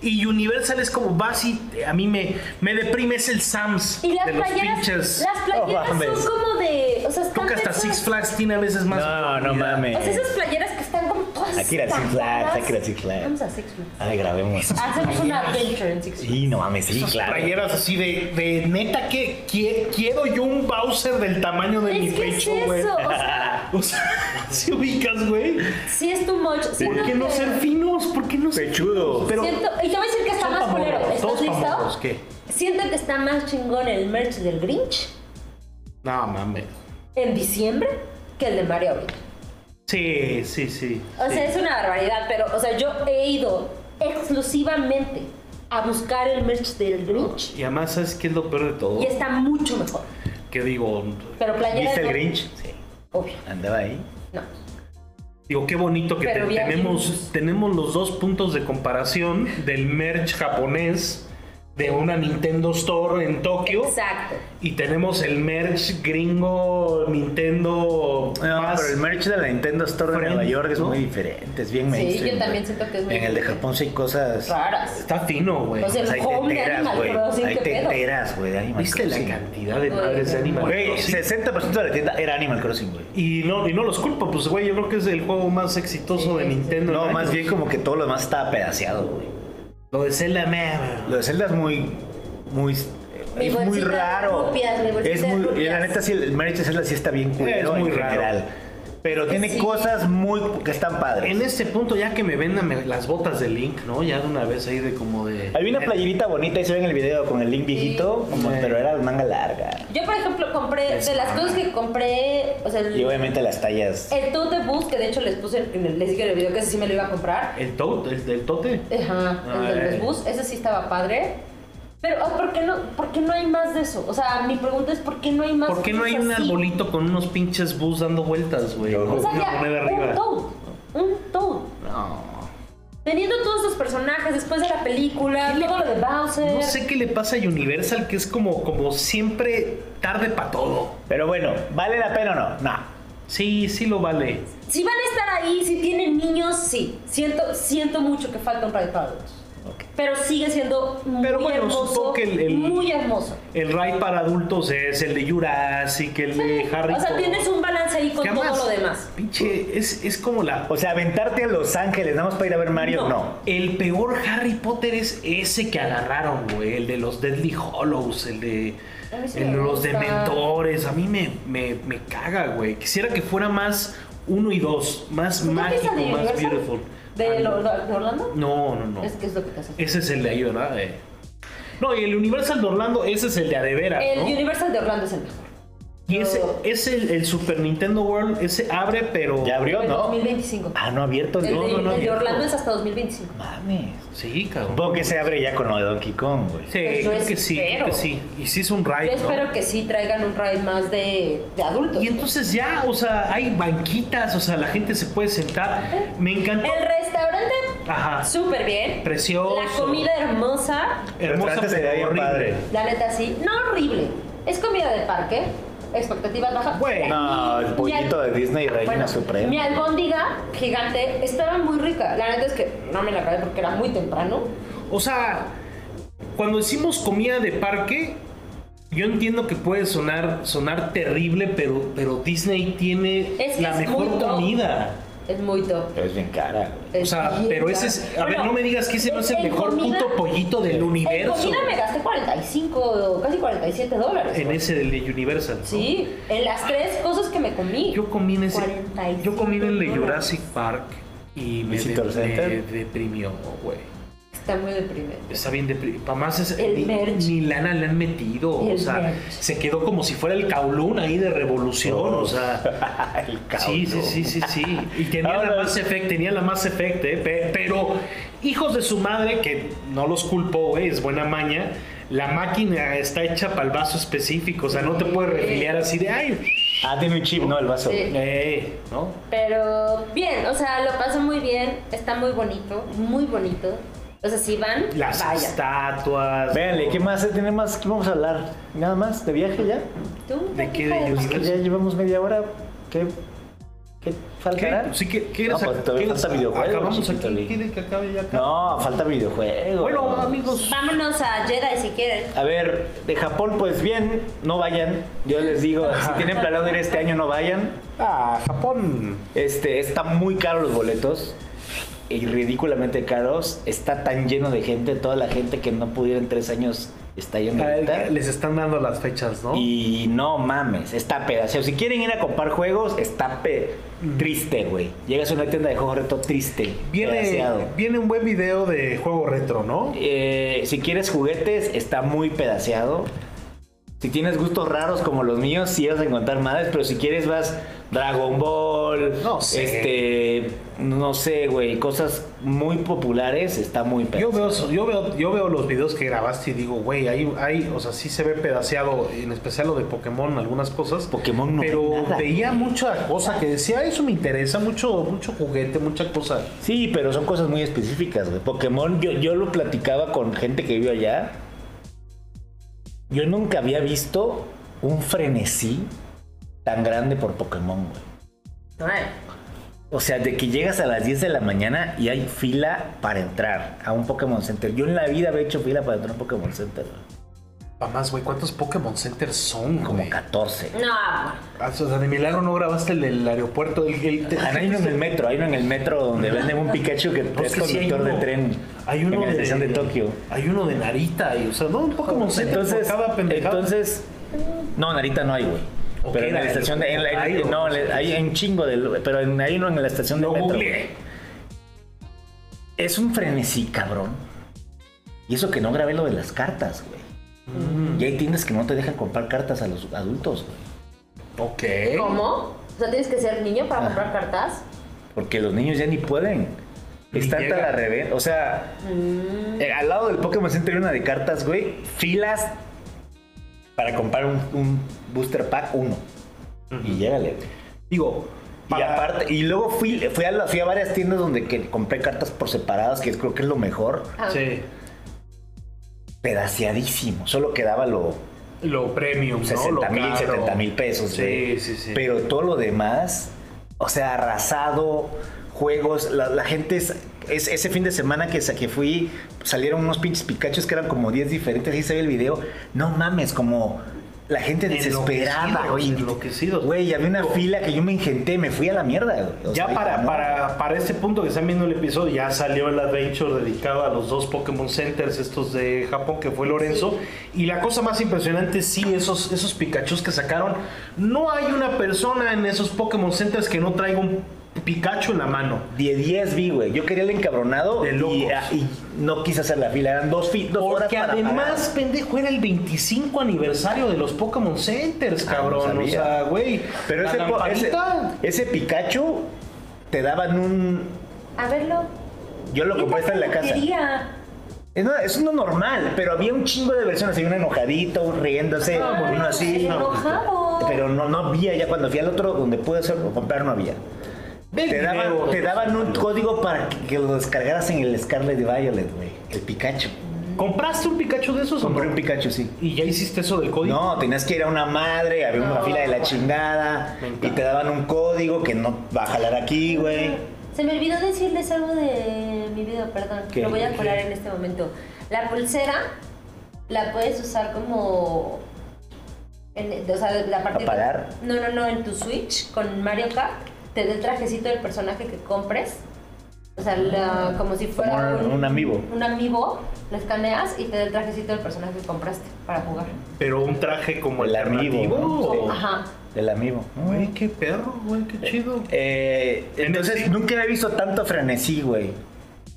Y Universal es como vas y eh, a mí me, me deprime, es el Sams
Y las
de los
playeras,
pinches.
las playeras
No mames.
son como de, o sea, están
Creo que hasta
pensadas-
Six Flags tiene a veces más.
No, no
oportunidad.
mames.
O sea, esas playeras que están como todas
Hay que ir a Six Flags, hay que ir a Six Flags.
Vamos a Six Flags.
Ay, grabemos.
Hacemos una adventure en Six Flags.
Ah, Sí, no mames, sí,
Esas
claro.
playeras así de, de neta que qui- quiero yo un Bowser del tamaño de mi
Es que es
pecho, güey.
eso, o sea,
O sea, si ubicas, güey.
sí es tu much.
¿Por qué no ser finos? ¿por qué no ser
Pechudo.
Pero
Siento, y te voy a decir que está
son
más
famosos,
culero. ¿Estás
todos famosos,
listo?
¿qué?
Siento que está más chingón el merch del Grinch
No mames.
en diciembre que el de Mario ahorita.
Sí, sí, sí.
O
sí.
sea, es una barbaridad, pero, o sea, yo he ido exclusivamente a buscar el merch del Grinch
Y además, ¿sabes qué es lo peor de todo?
y está mucho mejor.
Que digo,
Pero playera
¿Viste
no-
el Grinch?
sí.
Obvio,
Andaba ahí.
no.
digo, qué bonito que
Pero
te-
vi a
tenemos,
Jimmy.
tenemos los dos puntos de comparación del merch japonés de una Nintendo Store en Tokio.
Exacto.
Y tenemos el merch gringo Nintendo.
No,
más-
Ah, pero el merch de la Nintendo Store de
Friend,
Nueva York es
¿no?
muy diferente, es bien
Sí, yo
mainstream.
también
güey.
siento que es muy
En el de Japón sí hay cosas...
Raras.
Está fino, güey.
O sea,
Pues hay
Home de
teteras,
Animal
güey.
Crossing,
Hay
¿qué pedo?
teteras, güey, de Animal
¿Viste la
Crossing.
cantidad de madres de Animal
Güey,
Crossing?
60% de la tienda era Animal Crossing, güey.
Y no, y no los culpo, pues güey, yo creo que es el juego más exitoso de
Sí, sí.
Nintendo.
No,
en
más
años.
bien como que todo lo demás estaba pedaceado, güey.
Lo de Zelda, meh,
Lo de Zelda es muy. muy
Mi
es muy
bolsita de
raro.
rupias, mi bolsita
es
de
muy, y
rupias.
la neta, sí, el merch de Zelda sí está bien culero
Es muy
en
raro.
general. Pero tiene
Pues Sí.
cosas muy que están padres.
En este punto, ya que me vendan me- las botas de Link, ¿no? Ya de una vez ahí de como de.
Hay una playerita bonita y se ve en el video con el link viejito, como-
Sí.
pero era manga larga.
Yo, por ejemplo, compré, de las cosas que compré, o sea, el,
Y obviamente las tallas.
el tote de bus, que de hecho les puse, en el- les dije en el video que ese sí me lo iba a comprar.
¿El tote? ¿El del tote?
Ajá, el de
Ay.
los bus, ese sí estaba padre. Pero, ah, ¿por qué, no, ¿por qué no hay más de eso? O sea, mi pregunta es, ¿por qué no hay más
¿Por qué no hay
cosas
un
así?
arbolito con unos pinches bus dando vueltas, güey?
Yo-
O sea,
Una
ya,
moneda
un
arriba.
toad, un toad.
No.
Teniendo todos los personajes después de la película, todo lo de Bowser.
No sé qué le pasa a Universal, que es como, como siempre tarde para todo.
Pero bueno, ¿vale la pena o no? No.
Sí, sí lo vale.
Si van a estar ahí, si tienen niños, sí. Siento, siento mucho que falta un Ride para adultos.
Ok.
Pero sigue siendo muy
Pero bueno,
hermoso.
supongo que el- el-
Muy hermoso.
El ride para adultos es el de Jurassic, el de Harry
O sea,
Potter.
tienes un balance ahí con
Que
todo
además,
lo demás.
Pinche, es, es como la.
O sea, aventarte a Los Ángeles, nada más para ir a ver Mario, no.
El peor Harry Potter es ese que agarraron, güey. El de los Deadly Hollows, el de.
A mí sí
el de
me
los
gusta.
dementores. A mí me, me, me caga, güey. Quisiera que fuera más uno y dos. Más
¿Tú crees que
mágico,
es la de
más
Universal?
beautiful.
¿De,
Ah,
lo- de Orlando?
No, no, no. Eh,
Es que es lo que te hace.
Ese es el de ahí, ¿verdad? Eh, No, y el Universal de Orlando, ese es el de a de veras,
El
¿no?
Universal de Orlando es el mejor.
Y ese, ese el, el Super Nintendo World, ese abre, pero.
Ya abrió,
En
¿no?
2025.
Ah, no ha abierto.
el,
no,
de,
no, no ha
el de
abierto.
Orlando es hasta 2025.
Mames.
Sí, cabrón.
Supongo que se abre ya con lo de Donkey Kong, güey.
Sí,
Pues yo
creo que sí, creo
espero.
que sí. Y sí es un ride,
Yo
¿no?
espero que sí traigan un ride más de, de adultos.
Y entonces ya, o sea, hay banquitas, o sea, la gente se puede sentar. Me encantó.
El restaurante,
Ajá.
súper bien.
Ah. Precioso.
La comida hermosa,
Hermosa,
Pero sería bien
pero
padre.
horrible.
la neta sí. No horrible. Es comida de parque. Expectativas bajas.
Ah, Bueno,
No, el pollito de Disney Reina
Bueno,
Suprema.
mi albóndiga gigante estaba muy rica. La neta es que no me la acabé porque era muy temprano.
O sea, cuando decimos comida de parque, yo entiendo que puede sonar, sonar terrible, pero, pero Disney tiene
Es que
la
es
mejor
muy top.
comida.
Es muy top.
Pero es bien cara, güey.
O
Es
sea,
bien
pero ese
caro.
es. A ver,
Bueno,
no me digas que ese no es el
en
mejor
comida-
puto pollito del
En
universo.
comida me gasté 45, casi 47 dólares.
En ese del de Universal. ¿no?
Sí, en las tres cosas que me comí.
Yo comí en ese.
45
Yo comí en el de
dólares.
Jurassic Park y me,
Visitor
de-
Center.
me deprimió, güey.
Está muy deprimente.
Está bien deprimido. Para más, es,
El
ni,
merch.
ni lana le han metido.
El
o sea,
merch.
se quedó como si fuera el caulún ahí de revolución.
Oh.
O sea,
el cabrón.
sí, sí, sí, sí, sí. Y tenía
Ahora-
la más Effect, tenía la más Effect, eh, pe- Pero, hijos de su madre, que no los culpo, güey, es buena maña. La máquina está hecha para el vaso específico. O sea, no te puedes
Eh.
refiliar así de, ay,
Ah, tiene un chip, ¿no? El vaso.
Sí.
eh, ¿no?
Pero bien, o sea, lo paso muy bien. Está muy bonito, muy bonito. O sea, si van,
Las
vayan.
estatuas.
Véanle, ¿qué más? ¿Tiene más? ¿Qué vamos a hablar? ¿Nada más? ¿De viaje ya?
¿Tú,
¿De qué de
Paquita?
ellos?
Que ya llevamos media hora. ¿Qué, qué
¿Qué?
faltará?
Sí, ¿qué, qué
No, pues, todavía
quieres-
falta videojuegos,
Acabamos
chiquito,
aquí.
Lee.
¿Quieres que acabe ya acá?
No, falta videojuego.
Bueno, amigos.
Vámonos a Jedi si quieren.
A ver, de Japón, pues bien, no vayan. Yo les digo, si tienen planeado ir este año, no vayan.
Ah, Japón.
Este, está muy caro los boletos. Y ridículamente caros. Está tan lleno de gente. Toda la gente que no pudiera en tres años está yendo ahorita.
Ah, Les están dando las fechas, ¿no?
Y no mames, está pedazo. Si quieren ir a comprar juegos, está pe- triste, güey. Llegas a una tienda de juegos reto triste.
Mm. viene,
pedaceado.
viene un buen video de juego retro, ¿no?
Eh, si quieres juguetes, está muy pedaceado. Si tienes gustos raros como los míos, sí vas a encontrar madres, pero si quieres vas Dragon Ball,
No sé.
este, no sé, güey, cosas muy populares, está muy
Yo
pedaceado.
veo, yo, veo, yo veo los videos que grabaste y digo, güey, hay, hay, o sea, sí se ve pedaceado, en especial lo de Pokémon, algunas cosas.
Pokémon no
Pero
hay nada.
veía mucha cosa que decía, eso me interesa, mucho, mucho juguete, mucha cosa.
Sí, pero son cosas muy específicas, güey. Pokémon, yo, yo lo platicaba con gente que vive allá. Yo nunca había visto un frenesí tan grande por Pokémon, güey.
Ay,
O sea, de que llegas a las 10 de la mañana y hay fila para entrar a un Pokémon Center. Yo en la vida había hecho fila para entrar a un Pokémon Center. güey.
Pa' más, güey, ¿cuántos Pokémon Centers son,
Como
güey?
14.
No, bueno.
Ah, O sea, de milagro no grabaste el, del aeropuerto. El, el-
Ah, no, Hay uno en el metro, hay uno en el metro donde venden un Pikachu que
No,
es
Pues que sí hay
conductor de
uno.
tren.
Hay uno
en la estación de Tokio.
Hay uno de Narita, y, o sea, no, un Pokémon Center por
Entonces,
cada pendejada.
entonces, no, en Narita no hay, güey.
Ok,
Pero en la
la-
estación de, en la-
hay, o-
no, le- hay un chingo de, pero en- hay uno en la estación
lo
de metro.
googleé.
Es un frenesí, cabrón. Y eso que no grabé lo de las cartas, güey.
Mm.
Y hay tiendas que no te dejan comprar cartas a los adultos, güey.
Ok.
¿Eh?
¿Cómo? O sea, tienes que ser niño para comprar cartas.
Porque los niños ya ni pueden.
Ni
Está hasta
llegan.
la revés. O sea,
Mm.
eh, al lado del Pokémon Center hay una de cartas, güey. Filas para comprar un, un booster pack uno. Y llégale, güey.
Digo,
Y
para-
aparte, y luego fui, fui, a, la- fui a varias tiendas donde que compré cartas por separadas, que creo que es lo mejor.
Ah,
Sí,
Pedaceadísimo. Solo quedaba lo
lo premium, ¿no?
60
Lo
mil,
caro.
70 mil pesos.
Sí,
güey.
sí, sí.
Pero todo lo demás, o sea, arrasado, juegos, la, la gente es, es- ese fin de semana que, sa- que fui, salieron unos pinches Pikachus que eran como 10 diferentes, ahí se ve el video. No mames, como la gente desesperada,
Enloquecidos,
güey.
enloquecidos.
Güey, había una fila que yo me ingenté, me fui a la mierda, güey. O
ya
sea,
para,
¿no?
para, para este punto que están viendo el episodio, ya salió el Adventure dedicado a los dos Pokémon Centers, estos de Japón, que fue Lorenzo. Y la cosa más impresionante, sí, esos, esos Pikachu que sacaron. No hay una persona en esos Pokémon Centers que no traiga un Pikachu en la mano.
De 10 vi, güey. Yo quería el encabronado
De locos.
y, ah, y no quise hacer la fila. Eran dos, fi- dos horas
Porque
para
además, pendejo, era el 25 aniversario de los Pokémon Centers,
Ah, no
cabrón. o
sabía.
sea, güey.
pagar. Pero
la
ese, po- ese,
lamparita,
ese Pikachu te daban un...
A verlo.
Yo lo compré hasta en la casa.
Quería.
Es, una- es uno normal, pero había un chingo de versiones. Había un enojadito, un riéndose,
Ah,
uno así.
el enojado.
pues, Pero no, no había ya cuando fui al otro donde pude hacerlo, comprar no había.
ve el
Te
video.
daban, te daban un código para que, que lo descargaras en el Scarlet Violet, güey. El Pikachu.
¿Compraste un Pikachu de esos o
Compré
no?
un Pikachu, sí.
¿Y ya hiciste eso del código?
No, tenías que ir a una madre, había una
No.
fila de la chingada
Me encanta.
y te daban un código que no va a jalar aquí, güey.
Se me olvidó decirles algo de mi video, perdón.
¿Qué?
Lo voy a colar en este momento. La pulsera la puedes usar como. en- o sea, la parte.
pagar?
No, no, no, en tu Switch con Mario Kart. Te da el trajecito del personaje que compres. O sea, la- como si fuera
Como un- un amiibo.
Un amiibo, lo escaneas y te da el trajecito del personaje que compraste para jugar.
Pero un traje como el
El amigo,
alternativo.
¿no?
o-
Sí.
Ajá.
Del amigo.
Güey, qué perro, güey, qué chido.
Eh, entonces,
¿En el-
nunca había visto tanto frenesí, güey.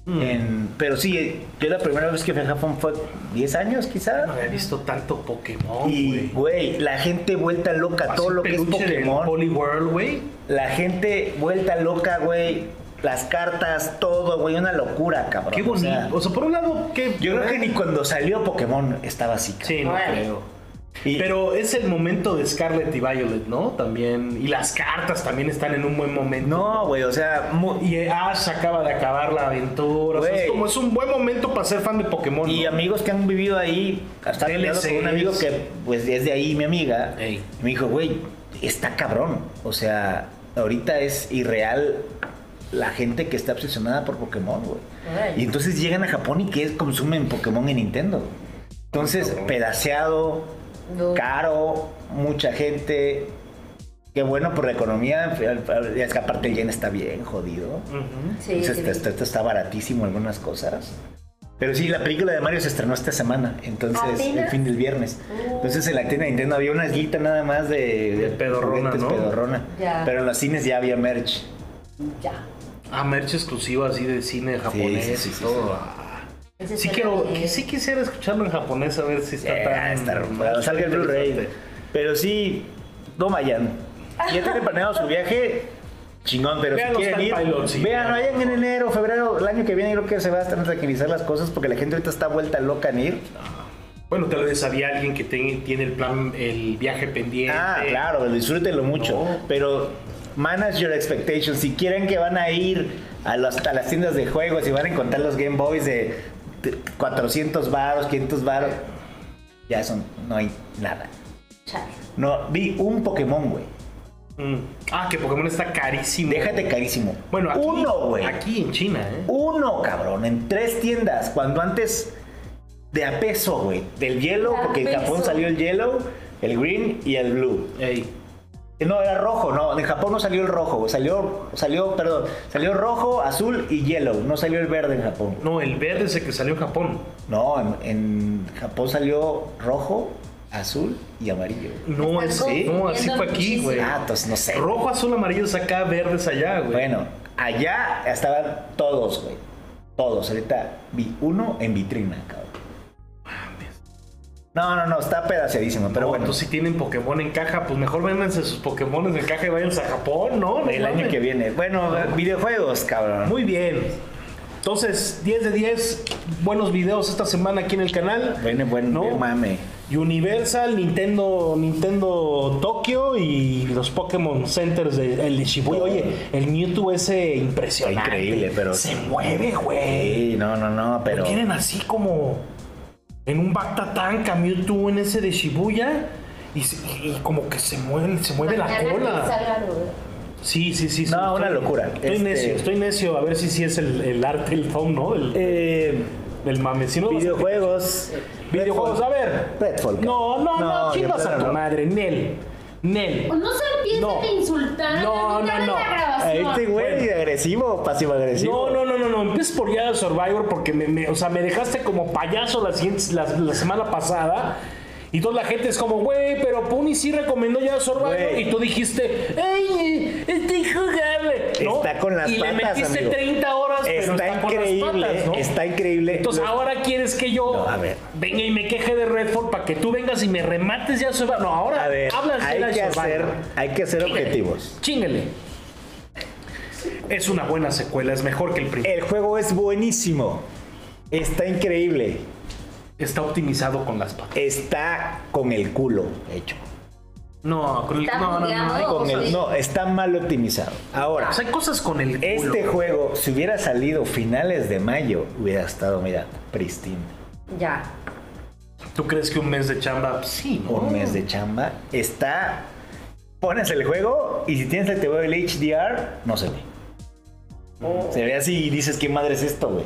Mm.
En- pero sí, eh, yo la primera vez que fui a Japón fue 10 años, quizá.
No había visto tanto Pokémon, güey.
y, güey, la gente vuelta loca, todo
Así
lo que es
peluche del
Pokémon.
Poliwhirl, güey.
La gente vuelta loca, güey. Las cartas, todo, güey. Una locura, cabrón.
Qué
O
bonito.
sea,
O sea, por un lado, qué.
yo creo que ni cuando salió Pokémon estaba así, cabrón.
Sí, no
Órale.
creo.
Y-
Pero es el momento de Scarlet y Violet, ¿no? También. Y las cartas también están en un buen momento.
No, güey, o sea, mu- y,
Y Ash acaba de acabar la aventura. O sea,
Güey.
es como es un buen momento para ser fan de Pokémon.
y
¿no?
amigos que han vivido ahí, hasta he hablado con un amigo
DLCs.
que pues es de ahí, mi amiga,
Ey.
me dijo, güey, está cabrón. O sea, ahorita es irreal la gente que está obsesionada por Pokémon, güey.
Ey.
Y entonces llegan a Japón y que consumen Pokémon en Nintendo. Entonces, pedaceado,
No.
caro, mucha gente. Qué bueno por la economía, es que aparte el yen está bien jodido.
Ujú.
Sí,
Entonces,
sí,
esto-
sí.
esto- esto está baratísimo algunas cosas. Pero sí, la película de Mario se estrenó esta semana, entonces
¿Apenas?
el fin del viernes.
Uh.
Entonces en la tienda de Nintendo había una guita nada más de,
De pedorrona,
juguetes
¿no?
pedorrona.
Ya.
Pero en los cines ya había merch.
Ya.
Ah, merch exclusiva así de cine japonés
sí, sí,
y
sí,
todo.
sí.
Ah.
Ese
Sí
es el
quiero,
de-
que sí quisiera escucharlo en japonés a ver si está
Eh,
tan... este.
está- cuando salga el Blu-ray. Pero sí, no vayan. Si Ya tienen planeado su viaje. Chingón, pero
Vean
si
los
quieren
Time
ir,
Pilots, sí,
vean,
vean.
vayan en enero, febrero, el año que viene creo que se van a tranquilizar las cosas porque la gente ahorita está vuelta loca en ir.
Bueno, tal vez había alguien que te- tiene el plan, el viaje pendiente.
Ah, claro, disfrútenlo mucho.
No.
Pero manage your expectations. Si quieren que van a ir a, los- a las tiendas de juegos y van a encontrar los Game Boys de de 400 varos, 500 varos, ya son, no hay nada.
Chale.
No, vi un Pokémon, güey.
Mm. Ah, que Pokémon está carísimo.
Déjate carísimo.
Bueno, aquí,
uno, güey.
aquí en China, ¿eh?
Uno, cabrón, en tres tiendas. Cuando antes de a peso, güey. Del hielo,
A
porque en Japón
peso.
salió el yellow, el green y el blue.
Ey.
Eh, No, era rojo, no, en Japón no salió el rojo, güey, salió, salió, perdón, salió rojo, azul y yellow, no salió el verde en Japón.
No, el verde es el que salió en Japón.
No, en, en Japón salió rojo, azul y amarillo.
No,
Están
así, no, así
confundiendo
fue aquí,
muchísimo.
güey.
Ah, entonces no sé.
Rojo, azul, amarillo es acá, verde es allá, güey.
Bueno, allá estaban todos, güey, todos, ahorita vi uno en vitrina, cabrón. No, no, no, está pedaceadísimo, pero
No,
bueno,
entonces, si tienen Pokémon en caja, pues mejor véndanse sus Pokémon en caja y váyanse a Japón, ¿no? No
el año
mames.
que viene. Bueno, videojuegos, cabrón.
Muy bien. Entonces, 10 de 10, buenos videos esta semana aquí en el canal.
Bueno, bueno,
¿No?
no mame.
Universal, Nintendo, Nintendo Tokio y los Pokémon Centers de el de Shibuya. Oye, el Mewtwo ese impresionante.
Increíble, pero-
Se mueve, güey.
Sí, no, no, no, pero...
Lo tienen así como en un Bacta Tanca, Mewtwo en ese de Shibuya. Y, se- y como que se mueve, se mueve la
Mañana que
cola.
salga lo-
Sí, sí, sí. sí.
No, una
Estoy-
locura.
Estoy
Este-
necio, estoy necio. A ver si sí es el, el arte, el tom, ¿no? El,
Eh,
del mame. Si no,
videojuegos.
videojuegos. A ver.
Redfall.
No, no, no,
No,
chingas
yo
a
creo
tu
no.
madre. Nel. Nel.
Pues
No se empiecen
No.
a insultar.
No,
a
no,
quitar
no.
La
Ah,
grabación.
Este güey
Bueno.
agresivo, pasivo agresivo.
No, no, no, no, no. Empieces por ya Survivor porque me, me- o sea, me dejaste como payaso la, siguiente- la, la semana pasada.
Y toda la gente es como, güey, pero Puni sí recomendó ya Survivor.
Güey.
Y tú dijiste, ¡ay, está injugable! ¿no?
Está con las
y le
patas,
metiste
amigo.
30 horas, pero
Está
está, con
increíble,
las patas, ¿no?
está increíble.
Entonces,
Lo-
ahora quieres que yo
No, a ver.
venga y me queje de Redford para que tú vengas y me remates ya Survivor. No, ahora
A ver,
hablas de
hay
la
que,
Survivor.
hacer, hay que hacer objetivos.
Chíngale. Es una buena secuela, es mejor que el primero.
El juego es buenísimo. Está increíble.
Está optimizado con las patas.
Está con el culo hecho.
No, con el
Está
no, no, no,
bugueado.
Con el-
Sí.
no, está mal optimizado. Ahora,
O sea, hay cosas con el culo.
este juego, si hubiera salido finales de mayo, hubiera estado, mira, pristine.
Ya.
¿Tú crees que un mes de chamba? Sí, ¿no?
Un mes de chamba. Está. Pones el juego y si tienes el TV del HDR, no se ve.
Oh.
Se ve así y dices, ¿qué madre es esto, güey?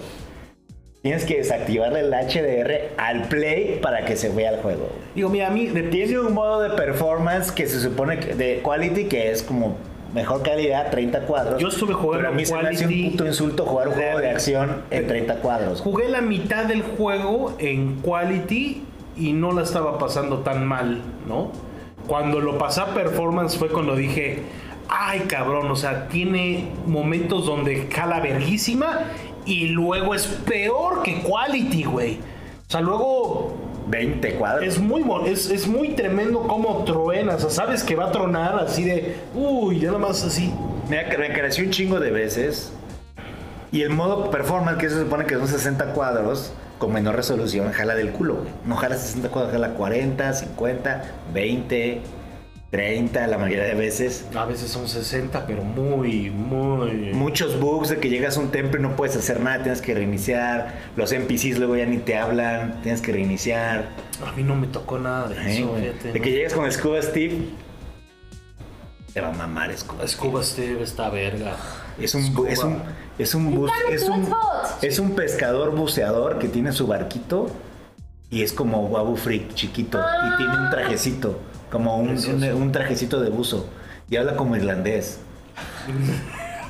Tienes que desactivarle el HDR al play para que se vea el juego. güey.
Digo, mira, a mí de
Tiene un modo de performance que se supone que de quality que es como mejor calidad, 30 cuadros.
Yo estuve jugando
Pero a mí se me hace
quality.
un puto insulto jugar un juego de acción en 30 cuadros.
Jugué la mitad del juego en quality y no la estaba pasando tan mal, ¿no? Cuando lo pasé a performance fue cuando dije, ay cabrón, o sea, tiene momentos donde jala verguísima y luego es peor que quality, güey. O sea, luego
20 cuadros.
es muy, mo- es, es muy tremendo cómo truena, o sea, sabes que va a tronar así de, uy, ya nada más así.
Me, ac- me creció un chingo de veces. Y el modo performance, que se supone que son 60 cuadros, con menor resolución, jala del culo, güey. No jala 60 cuadros, jala 40, 50, 20, 30, la mayoría de veces.
A veces son 60, pero muy, muy...
Muchos bugs de que llegas a un templo y no puedes hacer nada, tienes que reiniciar. Los NPCs luego ya ni te hablan, tienes que reiniciar.
A mí no me tocó nada de
¿eh?
eso, fíjate.
de
¿no?
que llegas con Scuba Steve, te va a mamar Scuba Steve.
Scuba Steve está verga.
Es un,
Scuba.
es un, es un, bus-
Está en
es
tu
un,
Xbox.
es un pescador buceador que tiene su barquito y es como Wabu Freak chiquito y tiene un trajecito, como un,
Precioso.
un, un trajecito de buzo y habla como irlandés.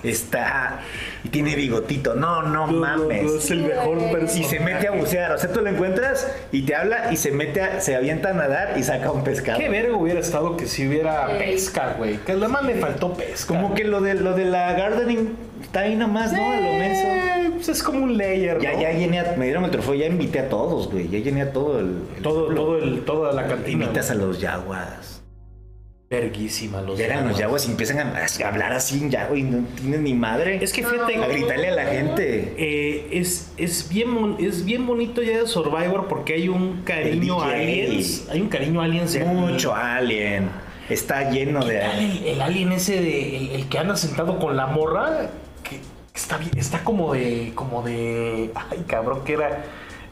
Está y tiene bigotito, no, no mames.
es el mejor
Y se mete a bucear, o sea, tú lo encuentras y te habla y se mete, a- se avienta a nadar y saca un pescado.
Qué verga hubiera estado que si hubiera
Sí.
pesca, güey. Que además le faltó pesca.
Como que lo de lo de la gardening está ahí nomás, ¿no? A lo menso.
Eh, pues es como un layer,
Ya,
¿no?
ya llené, a- me dieron el trofeo, ya invité a todos, güey. Ya llené a todo el. el
Todo,
pueblo.
todo el, toda la cantina.
Invitas
güey.
a los yaguas.
Verguísima los
Llegan los
yaguas.
yaguas y empiezan a, a hablar así en yagua y no tienen ni madre.
Es que fíjate,
A gritarle a la gente.
eh, es, es, bien, mon- es bien bonito ya de Survivor porque hay un cariño a
El DJ.
aliens. Hay un cariño a aliens. en-
Mucho alien. Está lleno de.
El, el alien ese de el, el que anda sentado con la morra que está bien- está como de como de ay cabrón que era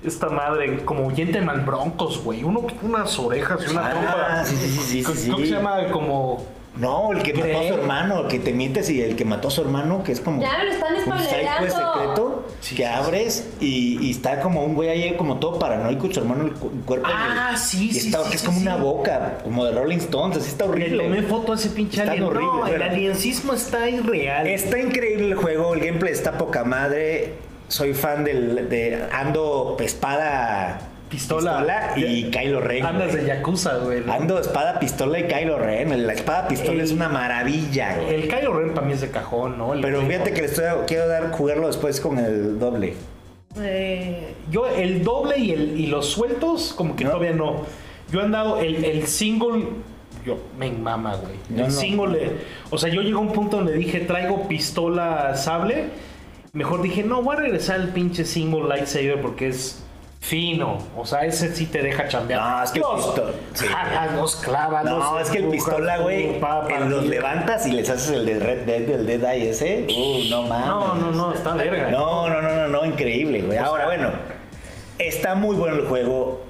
esta madre como oyente mal broncos güey uno unas orejas y una
Ah,
trompa
sí, sí, sí, sí,
¿Cómo-
sí,
cómo
sí.
se llama como
No, el que mató a
¿Creen?
su hermano, el que te mientes y el que mató a su hermano, que es como.
Ya me lo están
un side
spoileando.
quest secreto
Sí, sí,
que abres y, y está como un güey ahí como todo paranoico y su hermano el, cu- el cuerpo en el-
Ah, sí,
y
sí,
está-
sí,
que es
sí,
como
sí.
una boca como de Rolling Stones así está
le
horrible
tomé foto a ese pinche
Están
alien
horribles, Este,
no el
¿verdad?
aliencismo está irreal
Está increíble el juego, el gameplay está poca madre. Soy fan del de ando espada
Pistola.
y Kylo Ren.
andas de
güey.
yakuza güey
Ando espada pistola y Kylo Ren. La espada pistola
El-
es una maravilla, güey.
el Kylo Ren para mí es de cajón no El
Pero
Ren-
fíjate que le estoy- quiero dar jugarlo después con el doble.
Eh, yo el doble y, el, y los sueltos, como que
No.
todavía no. Yo he andado el, el single. Yo me mama, güey.
Yo no.
el single. eh, O sea, yo llegué a un punto donde dije, traigo pistola sable. Mejor dije, no, voy a regresar al pinche single lightsaber porque es fino. O sea, ese sí te deja chambear.
No, es que el
los,
pisto- sí.
jalas, los clavas,
No,
los
es que el
empujas,
pistola, güey,
uh, pa, pa,
eh, los
pa.
levantas y les haces el de Red Dead, el Dead Eye ese. Uh, no mames.
No, no, no, está verga.
No, no, no, no, no, increíble, güey. Ahora, bueno, está muy bueno el juego.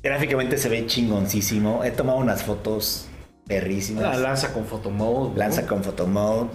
Gráficamente se ve chingoncísimo. He tomado unas fotos
La
perrísimas.
lanza con photomode. ¿no?
Lanza con photomode.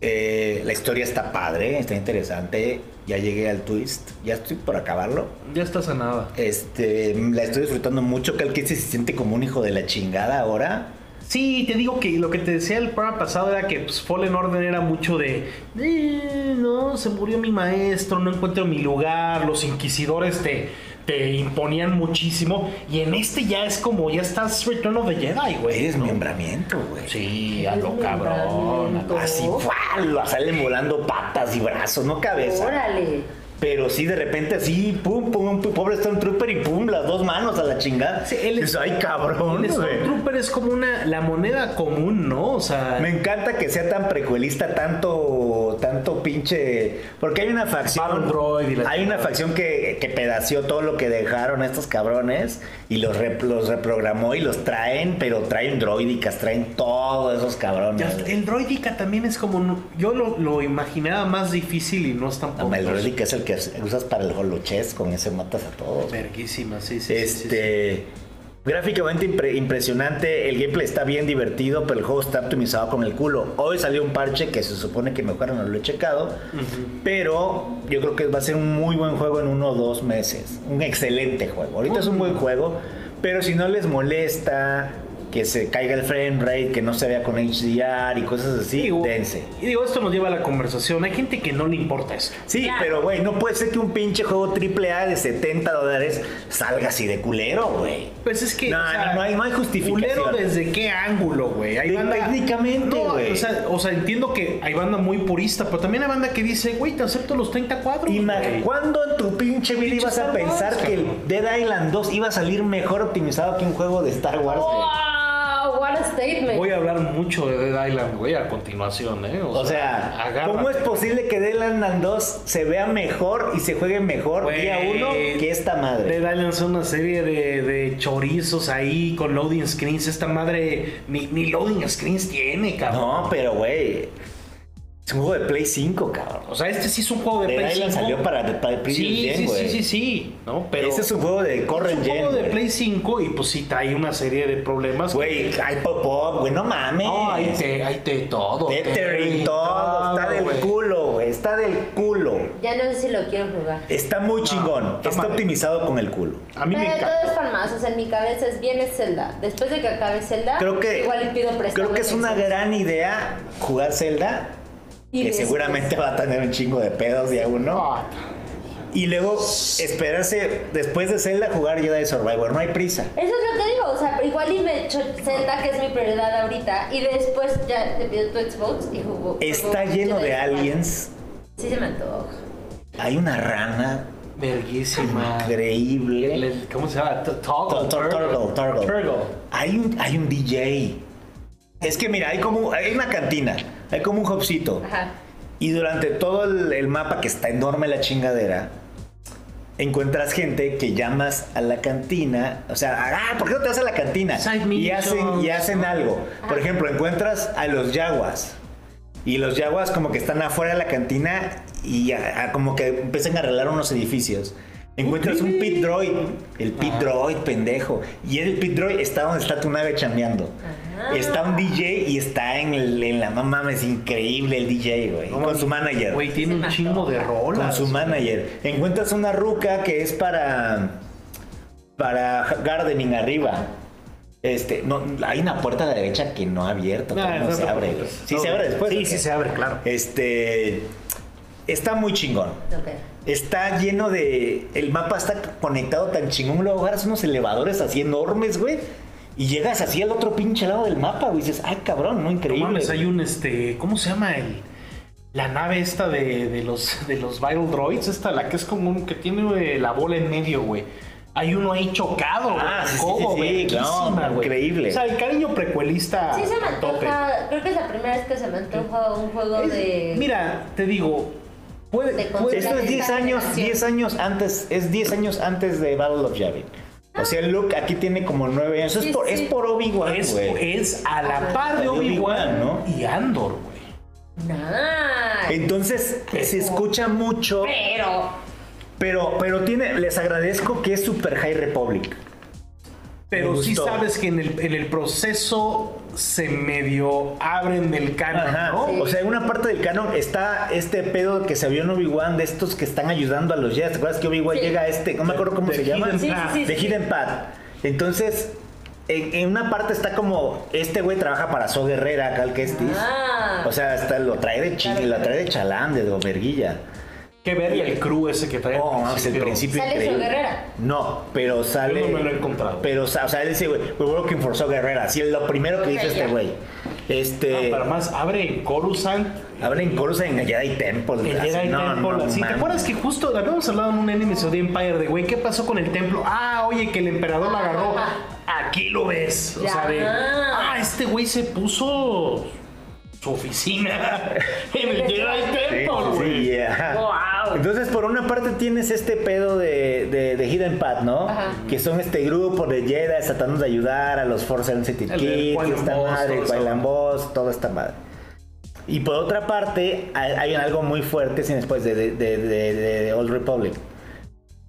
Eh, la historia está padre, está interesante. Ya llegué al twist. Ya estoy por acabarlo.
Ya estás a nada.
Este, la estoy disfrutando mucho. Cal Kestis se siente como un hijo de la chingada ahora.
Sí, te digo que lo que te decía el programa pasado era que pues, Fallen Order era mucho de. "Eh, no, se murió mi maestro, no encuentro mi lugar, los inquisidores te, te imponían muchísimo. Y en este ya es como, ya estás Return of the Jedi, güey.
Es
¿no?
desmembramiento, güey.
Sí, a lo cabrón. a lo-
Así, ¡fua! salen volando patas y brazos, no cabeza.
Órale.
Pero sí, de repente así, pum, pum, pum, pobre Stormtrooper y pum, las dos manos a la chingada.
Sí, él es-
Dices, ay, cabrón,
El
güey.
Stormtrooper es como una, la moneda común, ¿no? O sea,
Me encanta que sea tan precuelista, tanto, tanto pinche. Porque hay una facción.
Battle Droid y la
hay una
chingada.
facción que, que pedació todo lo que dejaron estos cabrones y los, rep- los reprogramó y los traen, pero traen droidicas, traen todos esos
ya-
cabrones.
el droidica también es como, no- yo lo, lo imaginaba más difícil y no es tan
No, el droidica es el que usas para el holochess, con ese matas a todos.
Verguísima, sí, sí. sí, sí, sí.
Este. Gráficamente impre- impresionante, el gameplay está bien divertido, pero el juego está optimizado con el culo. Hoy salió un parche que se supone que mejoraron, no lo he checado, pero yo creo que va a ser un muy buen juego en uno o dos meses. Un excelente juego. Ahorita es un buen juego, pero si no les molesta que se caiga el frame rate, que no se vea con HDR y cosas así,
Digo-
dense.
Y digo, esto nos lleva a la conversación. Hay gente que no le importa esto.
Sí,
Claro.
pero güey, no puede ser que un pinche juego AAA de 70 dólares salga así de culero, güey.
Pues es que.
No, no, no hay- no hay justificación.
Culero desde qué ángulo, güey. Hay
Te-
banda-
técnicamente,
No,
güey.
O sea, o sea, entiendo que hay banda muy purista, pero también hay banda que dice, güey, te acepto los 30 cuadros.
Ima-
güey".
¿Cuándo en tu pinche vida
Pinche
ibas a
Star
pensar
Wars,
que el
cabrón.
Dead Island 2 iba a salir mejor optimizado que un juego de Star Wars? güey?
¡Wow! ¡What a statement!
Voy a hablar mucho de Dead Island, güey, a continuación, ¿eh?
O sea,
agárrate.
¿cómo es posible que Dead Island 2 se vea mejor y se juegue mejor
Güey.
día 1 que esta madre?
Dead Island es una serie de, de chorizos ahí con loading screens. Esta madre ni, ni loading screens tiene, cabrón.
No, pero güey, es un juego de Play 5, cabrón.
O sea, este sí es un juego de
Dead
Play
Island
5.
salió para, para Previous
sí,
Gen,
sí,
güey.
sí, sí, sí, ¿no? Pero
Ese es un juego de
Es
Corren
un
Gen.
juego de
güey.
Play 5 y pues sí hay una serie de problemas. que-
Güey, hay pop-up, güey, no mames.
No, hay te, hay te todo.
Tethering, todo, está del
güey.
culo, güey, está del culo.
Ya no sé si lo quiero jugar.
Está muy chingón,
está
está
mal.
optimizado con el culo.
A mí me
Pero todo
encanta.
es palmazos. En mi cabeza es bien es Zelda. Después de que acabe Zelda,
Creo que
igual y pido prestado.
creo que es una gran idea jugar Zelda,
Y
que
después-
seguramente va a tener un chingo de pedos de uno.
Ah,
Y luego esperarse después de Zelda jugar Jedi Survivor, no hay prisa.
Eso es lo que digo, o sea, igual y me echo Zelda, que es mi prioridad ahorita, y después ya te pido tu Xbox y jugo.
Está
juego
lleno
Jedi
de
Survivor.
aliens,
Sí, se me antoja.
hay una rana
Verguísima.
increíble.
Ah. Le- ¿Cómo se llama? Turtle.
Tur- tur- Turgle, turgle. Hay un, hay un DJ. Es que mira, hay como hay una cantina, hay como un hopcito.
Ajá.
Y durante todo el, el mapa, que está enorme la chingadera, encuentras gente que llamas a la cantina. O sea, ah, ¿por qué no te vas a la cantina?
Side
Y hacen, y
missions.
hacen algo. Por
Ah.
ejemplo, encuentras a los yaguas. Y los yaguas como que están afuera de la cantina y a- a- como que empiezan a arreglar unos edificios. Encuentras un pit droid, el pit droid, pendejo. Y el pit droid está donde está tu nave chambeando.
Ah.
Está un DJ y está en, el- en la no mames, increíble el DJ, güey.
No,
Con su manager.
Güey, tiene un chingo de
Con
rolas.
su manager. Encuentras una ruca que es para. para gardening arriba. Este, no, hay una puerta a la derecha que no ha abierto,
No,
todavía no,
no
se
te
abre.
preocupes.
güey. Sí
No,
se abre después.
Ah, Sí,
¿o
sí
qué?
se abre, claro.
Este. Está muy chingón.
Ok.
Está lleno de. El mapa está conectado tan chingón. Luego agarras unos elevadores así enormes, güey. Y llegas así al otro pinche lado del mapa, güey. Y dices, ay, cabrón, no
No
increíble.
mames, hay un este. ¿Cómo se llama el.? La nave esta de, de los de los Vital Droids, esta, la que es como un que tiene eh, la bola en medio, güey. Hay uno ahí chocado, güey.
Ah, sí, sí, sí,
Cobo,
sí,
verguísima,
claro,
güey.
increíble.
O sea, el cariño precuelista
Sí, se me
a tope.
antoja. Creo que es la primera vez que se me antoja un juego
Es-
de.
Mmira, te digo, puede,
De
puede-
Esto es 10 años, 10 años antes, es 10 años antes de Battle of Yavin. O sea, Luke aquí tiene como 9 años.
Sí,
es por,
sí.
es por Obi-Wan,
es,
güey.
es a la par de
De Obi-Wan,
Obi-Wan
¿no?
y Andor, güey.
Nah.
Entonces, se escucha mucho,
Pero.
pero, pero tiene, les agradezco que es Super High Republic.
Pero
Me
sí
gustó.
sabes que en el, en el proceso se medio abren del canon,
Ajá.
¿no?
O sea, en una parte del canon está este pedo que se vio en Obi-Wan de estos que están ayudando a los Jedi. ¿Te acuerdas que Obi-Wan
Sí.
llega a este, no me acuerdo cómo
The
se llama?
Hidden
Sí, sí,
Path.
sí.
de Hidden Path. Entonces, en, en una parte está como, este güey trabaja para So Guerrera, Cal Kestis.
Ah.
O sea, hasta lo trae de chile, lo trae de chalán, de verguilla.
Qué ver el crew ese que trae. al
Oh, mames, el principio
Sale
increíble.
su Guerrera.
No, pero sale.
Yo no me lo he encontrado.
Pero, sa- o sea, él dice, güey, we're working for So Guerrera. Así es lo primero que
Ok,
dice este
ya.
güey.
Ah,
Este.
pero más abre en Coruscant.
Habla en Coruscant en el Jedi Temple.
El
así,
Jedi
no,
Temple,
no
así. ¿Te
mames.
acuerdas que justo la habíamos hablado en un episodio de Empire de, güey, ¿qué pasó con el templo? Ah, oye, que el emperador la agarró. Aquí lo ves. O
Ya.
sea, de, ah, este güey se puso su oficina en el Jedi
Sí,
Temple,
sí,
güey.
sí, yeah.
Wow.
Entonces, por una parte tienes este pedo de, de, de Hidden Path, ¿no?
Ajá.
Que son este grupo de Jedi tratando de ayudar a los Force Sensitive
El del
Kids,
Quailan
esta
Boss,
madre,
todo eso.
Quailan Boss, toda esta madre. Y por otra parte, hay, hay algo muy fuerte sin después de, de, de- de- de Old Republic.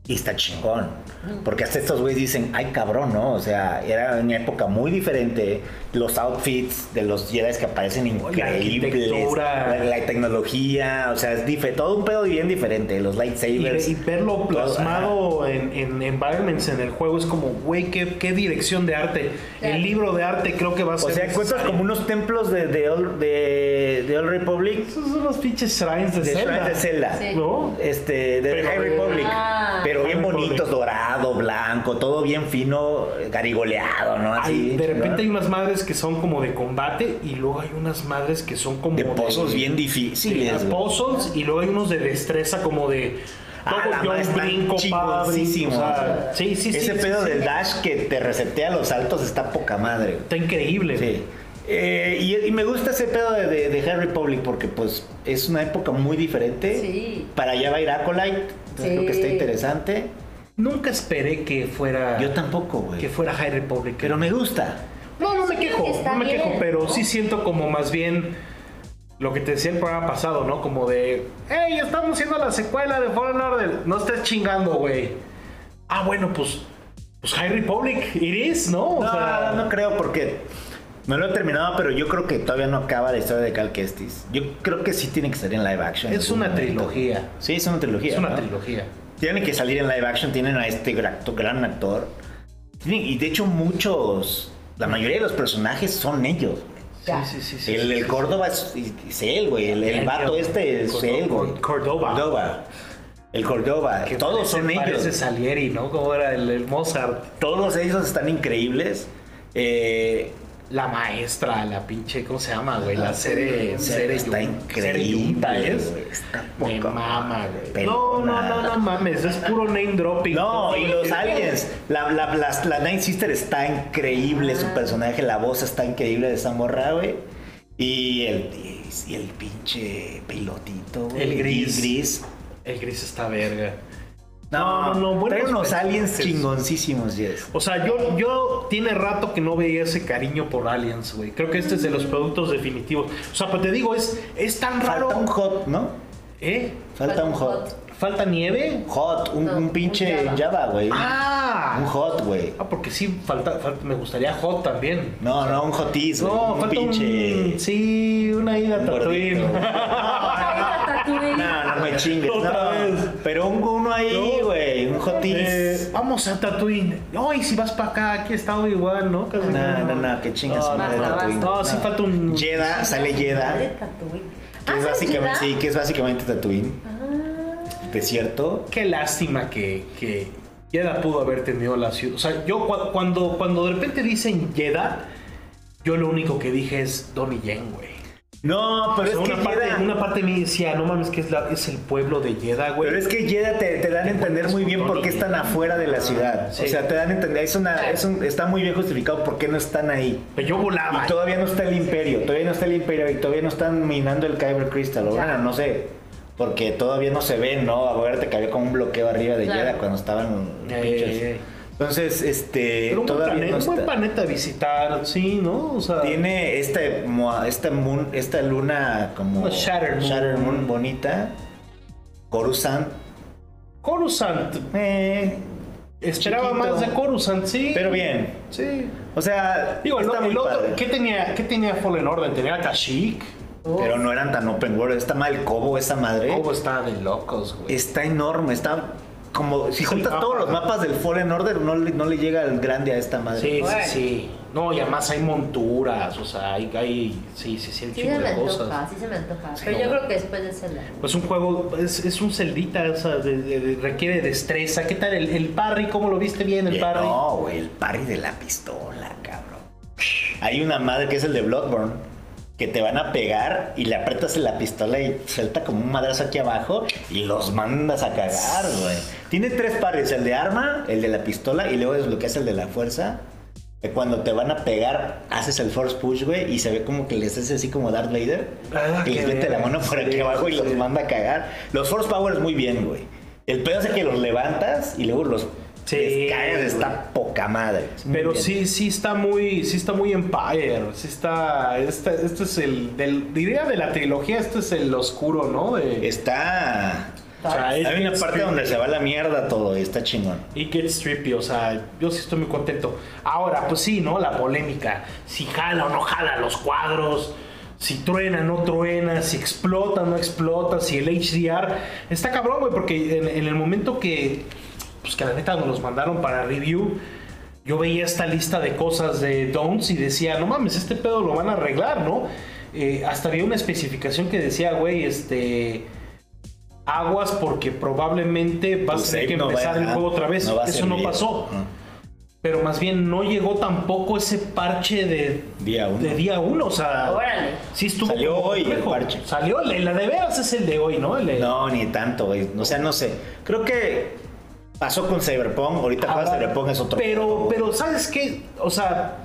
Y está chingón. Porque hasta estos güeyes dicen, ay cabrón, ¿no? O sea, era una época muy diferente. Los outfits de los Jedi que aparecen increíbles.
arquitectura.
La- la tecnología, o sea, es dife- todo un pedo bien diferente. Los
Y,
lightsabers.
y verlo plasmado en, en environments en el juego es como, güey, qué, qué dirección de arte.
Claro.
El libro de arte creo que va a ser.
o sea, encuentras como unos templos de, de, Old, de, de Old Republic,
Esos son los pinches shrines de,
de
Zelda.
Shrine de Zelda.
Sí.
¿No?
Este, de
Pero-
High Republic.
Ah.
pero bien
High Republic.
bonitos, dorado, blanco, todo bien fino, garigoleado, ¿no? Así.
Hay- de repente
¿no?
hay unas madres que son como de combate y luego hay unas madres que son como
De pozos bien
Sí,
difíciles. güey.
puzzles y luego hay unos de destreza como de
Ah,
luego
la
yo
madre, están
brinco, pa, brinco, o
chingoncísimos,
sea,
güey.
sí, sí, sí,
Ese
sí,
pedo
sí.
del dash que te resetea los saltos está poca madre. güey.
está increíble.
Sí. Eh, y, y me gusta ese pedo de, de, de Harry Public porque pues es una época muy diferente.
Sí.
Para allá va a ir Acolyte. Entonces
Sí.
creo que está interesante.
Nunca esperé que fuera
Yo tampoco, güey.
que fuera High Republic,
Pero me gusta.
No, no
Sí,
me
creo que
quejo,
está
no me
bien,
quejo, pero
¿no?
sí siento como más bien lo que te decía el programa pasado, ¿no? Como de, hey, estamos haciendo la secuela de Fallen Order, no estés chingando, güey. Ah, bueno, pues, pues High Republic, it is, ¿no? O
No,
sea,
no creo porque no lo he terminado, pero yo creo que todavía no acaba la historia de Cal Kestis. Yo creo que sí tiene que salir en live action. en
Es
algún
una trilogía.
Sí, es una trilogía.
es una
¿no?
trilogía.
Tienen que salir en live action, tienen a este gran, gran actor. Tienen- y de hecho muchos, la mayoría de los personajes son ellos.
Ya.
Sí, sí, sí, sí.
El, el Córdoba es, es él, güey. El, el vato este es
Córdoba-
él, güey.
Córdoba.
Córdoba. El Córdoba.
Que
Todos son
parece- Parece
ellos.
Salieri, ¿no? Como era el, el Mozart.
Todos ellos están increíbles. Eh,
La maestra, la pinche, ¿cómo se llama, güey? La serie.
Cere Ah, está increíble.
es.
güey. Está
Me
poca
mama, güey.
pelona.
No, no, no, no mames. Es puro name dropping.
No, y los aliens. La, la, la, la Night Sister está increíble,
Ah.
su personaje, la voz está increíble de esa morra, güey. Y el, y el pinche pelotito, güey.
El gris.
Y gris.
El gris está verga.
No,
No,
no,
no,
no.
buenos
Trae unos aliens
personajes.
chingoncísimos, yes.
O sea, yo, yo tiene rato que no veía ese cariño por Aliens, güey. Creo que este es de los productos definitivos. O sea, pues te digo, es, es tan raro.
Falta un hot, ¿no?
¿Eh?
Falta un hot.
¿Falta nieve?
Hot, un,
No,
un pinche
un Java.
Java, güey.
¡Ah!
Un hot, güey.
Ah, porque sí, falta, falta- me gustaría Hot también.
No, no, un hotis, güey.
No,
un
falta
pinche.
un... Sí, una ida a
un
Tatooine.
gordito.
Ay, Ratatouille.
No, no me chingues.
Otra
no.
vez.
Pero un uno ahí, güey. Un jotis.
Eh, vamos a Tatooine. Ay, si vas para acá, aquí está igual, ¿no? Casi
no, no, no, que chingas.
No,
madre,
no, no,
Tatooine.
no, sí falta un-
Jedi, sale Jedi.
Ratatouille.
Que
Ah,
es
¿son
básicamente,
¿Ah, Jedi?
sí, que es básicamente Tatooine.
Ah,
Desierto.
Qué lástima que, que Yeda pudo haber tenido la ciudad. O sea, yo cua- cuando, cuando de repente dicen Yeda, yo lo único que dije es Donnie Yen, güey.
No, pero
O sea,
es que
una, parte,
Jedi.
una parte de mí decía, no mames, que es, la- es el pueblo de Yeda, güey.
Pero es que Jedi te, te dan a entender muy bien por qué están afuera de la ciudad. O
Sí.
sea, te dan a entender. Es una, es un, está muy bien justificado por qué no están ahí.
Pero yo volaba.
Y todavía no está el imperio, todavía no está el imperio y todavía no están minando el Kyber Crystal. O
Ya.
bueno, no sé. Porque todavía no se ve, ¿no? Acuérdate que había como un bloqueo arriba de
Claro.
Yeda cuando estaban
Ya,
pinches.
ya, ya, ya.
Entonces, este.
Pero eh, un buen
todavía
planeta,
no
un buen
está.
planeta a visitar, sí, ¿no? O sea,
Tiene esta, mo- esta, moon- esta luna como.
Una Shatter Moon.
Moon bonita. Coruscant.
Coruscant.
eh,
Esperaba
Chiquito.
más de Coruscant, sí.
pero bien.
Sí.
O sea,
Digo, el,
está
el
muy
otro,
padre.
¿qué tenía, ¿qué tenía Fallen Order? Tenía a Kashyyyk.
Pero no eran tan open world. Está mal cobo esa madre.
¿Cómo está de locos, güey?
Está enorme, está como si
Sí,
juntas
no.
todos los mapas del Fallen Order, no le, no le llega el grande a esta madre.
Sí,
Bueno.
sí, sí. No, y además hay monturas, o sea, hay, hay sí, sí, sí, hay un
Sí
chingo
se me
de
antoja,
cosas.
sí se me antoja.
Sí,
Pero
no.
yo creo que después de Zelda.
Pues un juego, es, es un celdita, o sea, de- de- de- requiere destreza. ¿Qué tal el, el parry? ¿Cómo lo viste bien el
Oye,
parry?
No, güey, el parry de la pistola, cabrón. Hay una madre que es el de Bloodborne, que te van a pegar y le aprietas la pistola y suelta como un madrazo aquí abajo y los mandas a cagar, güey. Tiene tres parries, el de arma, el de la pistola y luego desbloqueas el de la fuerza. que Cuando te van a pegar, haces el force push, güey, y se ve como que les haces así como Darth Vader.
Ah,
y les
qué
mete la
bien.
mano por aquí
Sí,
abajo y
sí,
los
sí.
manda a cagar. Los force powers muy bien, güey. El pedo es que los levantas y luego los
Sí,
descargas. Está
güey.
poca madre.
Pero
Muy bien.
sí, sí está muy, sí está muy Empire, sí está, este, este es el, del, diría de la trilogía, este es el oscuro, ¿no? De,
Está.
o sea, es
Hay una
Get
parte
Strippy.
donde se va la mierda todo y está chingón.
Y Get Strippy, o sea, yo sí estoy muy contento. Ahora, pues sí, ¿no? La polémica, si jala o no jala los cuadros, si truena o no truena, si explota o no explota, si el HDR... Está cabrón, güey, porque en, en el momento que, pues que la neta nos los mandaron para review... yo veía esta lista de cosas de don'ts y decía, no mames, este pedo lo van a arreglar, ¿no? Eh, hasta había una especificación que decía, güey, este. Aguas porque probablemente vas
Tu
a
save
tener
Pues,
que
no va-
empezar el
ajá,
juego otra vez.
no va a
Eso
servir.
no pasó.
Ajá.
Pero más bien no llegó tampoco ese parche de
Día uno.
de día uno, o sea.
Órale.
Sí estuvo
Salió
como
hoy el
complejo.
parche.
Salió, el- la de veras es el de hoy, ¿no? El de-
No, ni tanto, güey. O sea, no sé. Creo que pasó con Cyberpunk. Ahorita
Habrá-
pasa Cyberpunk es otro.
Pero, pero, ¿sabes qué? O sea,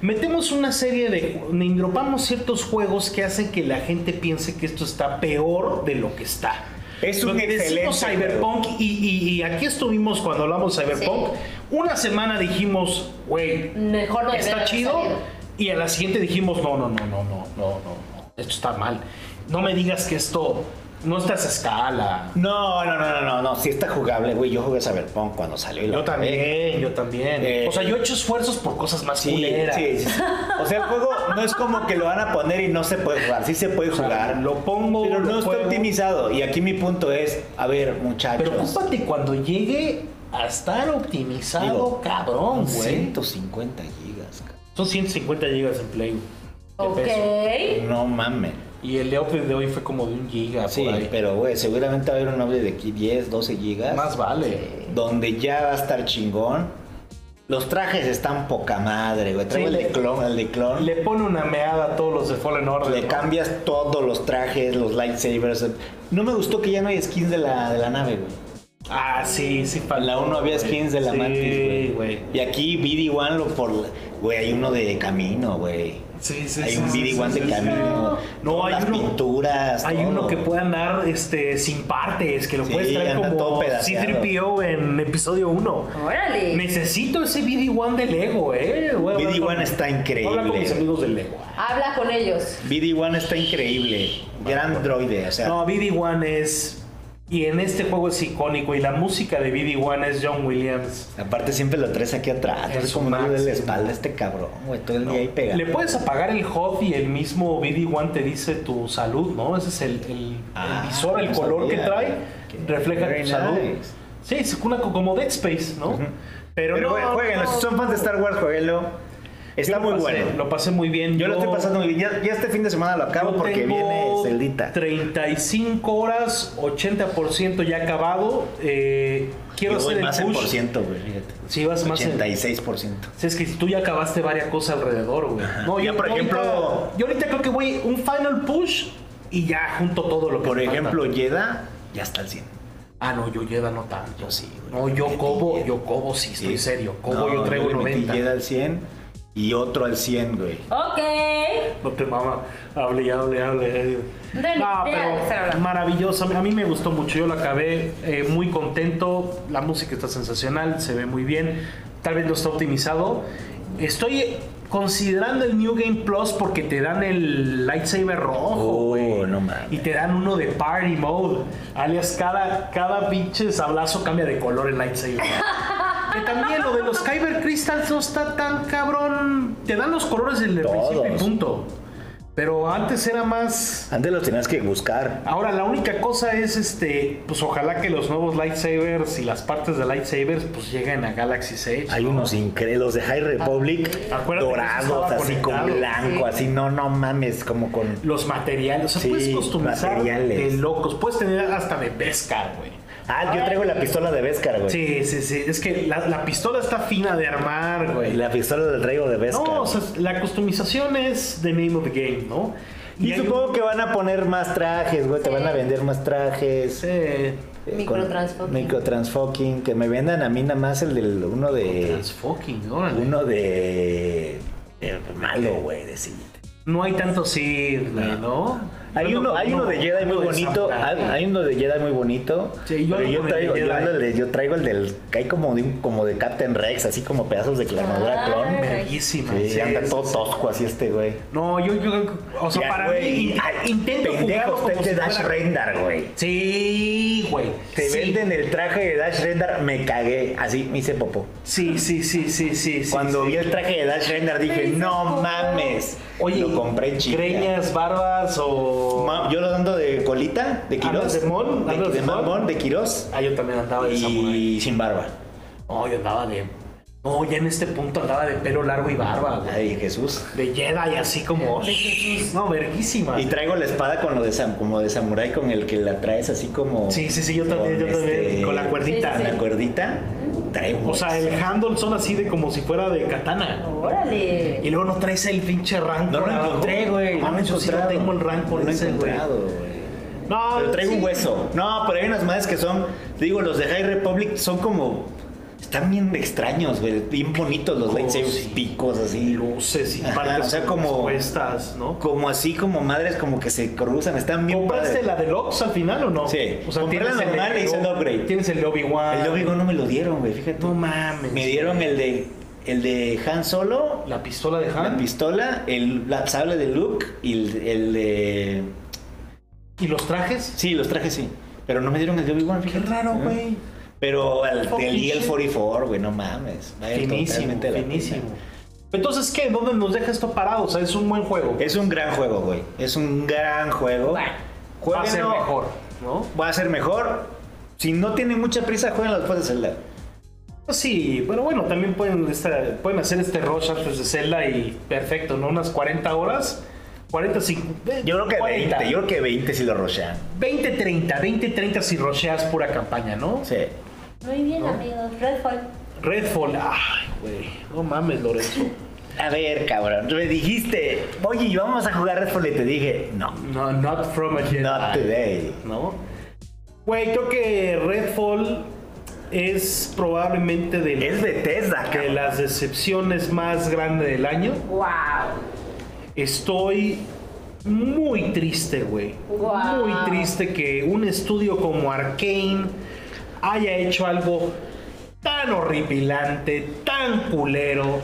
metemos una serie de. Indropamos ciertos juegos que hacen que la gente piense que esto está peor de lo que está.
Es un
Lo que decimos
excelente
Cyberpunk y, y- y aquí estuvimos cuando hablamos de Cyberpunk. Una semana dijimos, güey,
Mejor no debería
está
haber
chido.
salido.
Y a la siguiente dijimos, no, no, no, no, no, no, no, no, esto está mal. No me digas que esto no está a esa escala.
No, no, no, no, no, no. Sí está jugable, güey. Yo jugué Cyberpunk cuando salió. y lo
Yo
acabé.
también, yo también.
Eh,
o sea, yo he hecho esfuerzos por cosas más
Sí,
culeras.
sí, sí, sí. O sea, el juego no es como que lo van a poner y no se puede jugar. Sí se puede
O sea,
jugar.
lo pongo,
Pero
lo
no está
juego.
optimizado. Y aquí mi punto es, a ver, muchachos.
Preocúpate cuando llegue a estar optimizado,
Digo,
cabrón, güey.
150 gigas. cabrón.
Son 150 gigas en Play. de
Ok.
peso.
No mames.
Y el update de hoy fue como de un giga
Sí,
por ahí.
pero güey, seguramente va a haber un update de aquí 10, 12 gigas.
Más vale.
Donde ya va a estar chingón. Los trajes están poca madre, güey. Traigo
Sí,
el de
le-
clon, el de clon.
Le pone una meada a todos los de Fallen Order.
Le
¿no?
cambias todos los trajes, los lightsabers. No me gustó que ya no hay skins de la, de la nave, güey.
Ah, sí, sí.
En la 1 había skins de la
sí,
Mantis,
güey.
güey. Y aquí BD1 lo por... la- Güey, hay uno de camino, güey.
Sí, sí,
hay
sí,
un
sí,
BD1
sí,
de
sí,
camino.
sí.
No,
No, hay
las
uno-
pinturas.
Hay
todo.
uno que puede andar este, sin partes, que lo
Sí,
puedes traer
anda todo
como
pedaceado.
C-3PO en episodio 1.
Órale.
Necesito ese BD-1 de Lego, eh. Voy a hablar
BD-1
con-
está
voy a Hablar con mis
increíble.
amigos de Lego.
Habla con ellos.
BD1 está increíble. Gran droide, o sea.
No, BD-1 es. Y en este juego es icónico. Y la música de BD-1 es John Williams.
Aparte siempre lo traes aquí atrás.
Es
Es como
máximo.
de la espalda este cabrón, güey. Todo el día ahí pegado.
Le puedes apagar el HUD y el mismo BD-1 te dice tu salud, ¿no? Ese es el, el- el
Ah,
visor, el
no
color
sabía.
que trae.
Qué-
refleja tu
very
salud.
nice.
Sí, es una, co- como Dead Space, ¿no? Pero,
Pero
no.
güey, jueguenlo.
no,
Si son fans de Star Wars, jueguenlo. Está
yo lo
muy
pasé-
bueno.
Lo pasé muy bien.
Yo lo estoy pasando muy bien. Ya, ya este fin de semana lo acabo
Yo
porque
tengo
viene Celdita.
35 horas, 80% ya acabado. Eh, quiero
Yo voy
hacer el
más en por
push.
ciento, güey. fíjate.
Sí, vas más en-
86%.
Si es que tú ya acabaste varias cosas alrededor, güey. No,
Ya, por
ahorita-
ejemplo-
yo ahorita creo que voy un final push y ya junto todo lo que
Por
me falta.
ejemplo, Yeda ya está al 100.
Ah, no, yo Yeda no tanto.
Yo sí, güey.
No, yo
Metí
cobo,
Yeda.
yo cobo sí,
Sí.
estoy serio. Cobo
No,
yo traigo
le metí
90.
Yeda al 100 y otro al 100, güey.
Ok.
No te mama, hable, ya, hable, eh. hable.
Dale,
no,
ya, se habla.
pero maravilloso. A mí me gustó mucho. Yo lo acabé eh, muy contento. La música está sensacional, se ve muy bien. Tal vez no está optimizado. Estoy considerando el New Game Plus porque te dan el lightsaber rojo,
Oh,
güey.
no mames.
Y te dan uno de Party Mode. Alias, cada, cada pinche sablazo cambia de color el lightsaber. Que también lo de los Kyber Crystals no está tan cabrón. Te dan los colores del
Todos.
principio y punto. Pero antes era más.
Antes los tenías que buscar.
Ahora, la única cosa es este. Pues ojalá que los nuevos lightsabers y las partes de lightsabers pues lleguen a Galaxy 6.
Hay unos increíbles, los de High Republic,
Acuérdate que eso
dorados,
estaba
así con
conectado,
blanco, así, no, no mames, como con...
Los materiales. O sea,
Sí,
puedes customizar
materiales.
de locos. Puedes tener hasta de pesca, güey.
Ah, yo traigo la pistola de Vescar, güey.
Sí, sí, sí. Es que la, la pistola está fina de armar, güey.
La pistola del traigo de Vescar.
No, o sea, la customización es the name of the game, ¿no?
y
hay un-
supongo que van a poner más trajes, güey, te van a vender más trajes.
Eh,
eh,
Microtransfucking.
con- Microtransfucking, que me vendan a mí nada más el del uno de...
Transfucking, órale.
Uno de... eh, malo, güey, de sí.
No hay tanto sí, güey, ¿no?
Hay
Yo
uno,
no-
hay uno de
no,
Jedi muy
uno de
bonito.
Samurai.
Hay, hay uno de Jedi muy bonito.
Sí, yo
pero
ando
yo
con el
traigo,
de
yo,
Jedi.
ando de- yo traigo el del. que hay como de un, como de Captain Rex, así como pedazos de la armadura
Ah,
clon.
Verguísima.
Sí,
sí,
anda
sí,
todo
sí.
tosco así este güey.
No, yo, yo, o sea,
Ya,
para
güey,
mí, in-
ay,
intento
pendejo,
jugarlo
usted
como
de
si
Dash
fuera-
Render, güey.
Sí, güey.
Te
sí.
venden el traje de Dash Render, me cagué. Así me hice popó.
Sí, sí, sí, sí, sí. sí,
Cuando
sí.
vi el traje de Dash Render dije,
hice
no
popó".
mames.
Oye,
lo compré en China.
Greñas, barbas o.
Ma- Yo lo ando de colita, de
¿Andas
Quirós.
de mon?
de,
¿Andas
de
de mon?
mamón, de Quirós.
Ah, yo también andaba de samurai.
Y sin barba.
No, yo andaba de. No, ya en este punto andaba de pelo largo y barba, güey.
Ay, Jesús.
De Jedi, así como. No, verguísima.
Y traigo la espada con lo de sam- como de samurái con el que la traes así como
Sí, sí, sí, yo también,
con este,
yo también, con la cuerdita.
Sí, sí,
la cuerdita. Traigo.
O sea, el handle son así de como si fuera de katana.
Órale.
Y luego no traes el pinche ranco.
no lo encontré, güey.
No,
lo he
yo sí no
encontrado.
tengo el ranco
No lo he
ese, güey.
encontrado, güey.
No,
Pero traigo un
sí.
hueso. No, pero hay unas madres que son, digo, los de High Republic son como están bien extraños, güey, bien bonitos los
Oh,
lightsabers,
sí.
picos así,
Y luces y
Ajá,
partes
o sea, como-
cuestas, ¿no?
como así como madres como que se cruzan, están bien
¿Compraste
padres.
la deluxe al final o no?
Sí.
O sea,
Compré
tienes
la normal
el,
e hice el upgrade.
Tienes el de Obi-Wan.
El Obi-Wan no me lo dieron, güey, fíjate.
No mames.
Me dieron el de el de Han Solo,
La pistola de
la
Han.
pistola, el la sable de Luke y el, el de
¿Y los trajes?
sí, los trajes sí, pero no me dieron el de Obi-Wan,
Qué
fíjate.
raro,
Ah.
güey.
Pero el
Fucking
del el
shit.
44, güey, no mames. Vale
Finísimo,
totalmente la pena.
finísimo. Entonces, ¿qué? ¿Dónde nos deja esto parado? O sea, es un buen juego.
Es un gran juego, güey. Es un gran juego.
Bueno,
Va a ser
Jueguenlo.
mejor, ¿no?
Va a ser mejor. Si no tienen mucha prisa, jueguen después de Zelda.
Pues Sí, pero bueno, también pueden, esta- pueden hacer este rush antes de Zelda y perfecto, ¿no? Unas 40 horas. 40, 50. eh,
Yo creo que
40.
20, yo creo que 20 si lo rochean.
20, 30, 20, 30 si rusheas pura campaña, ¿no?
Sí.
Muy bien, amigos. Redfall.
Redfall, ay, güey, no mames, Lorenzo.
A ver, cabrón, me dijiste, oye, y vamos a jugar Redfall y te dije, no,
No, not from a Jedi.
not today.
¿no? Güey, creo que Redfall es probablemente de,
Es Bethesda,
de
cabrón.
las decepciones más grandes del año.
Wow.
Estoy muy triste, güey.
Guau.
Muy triste que un estudio como Arkane haya hecho algo tan horripilante, tan culero.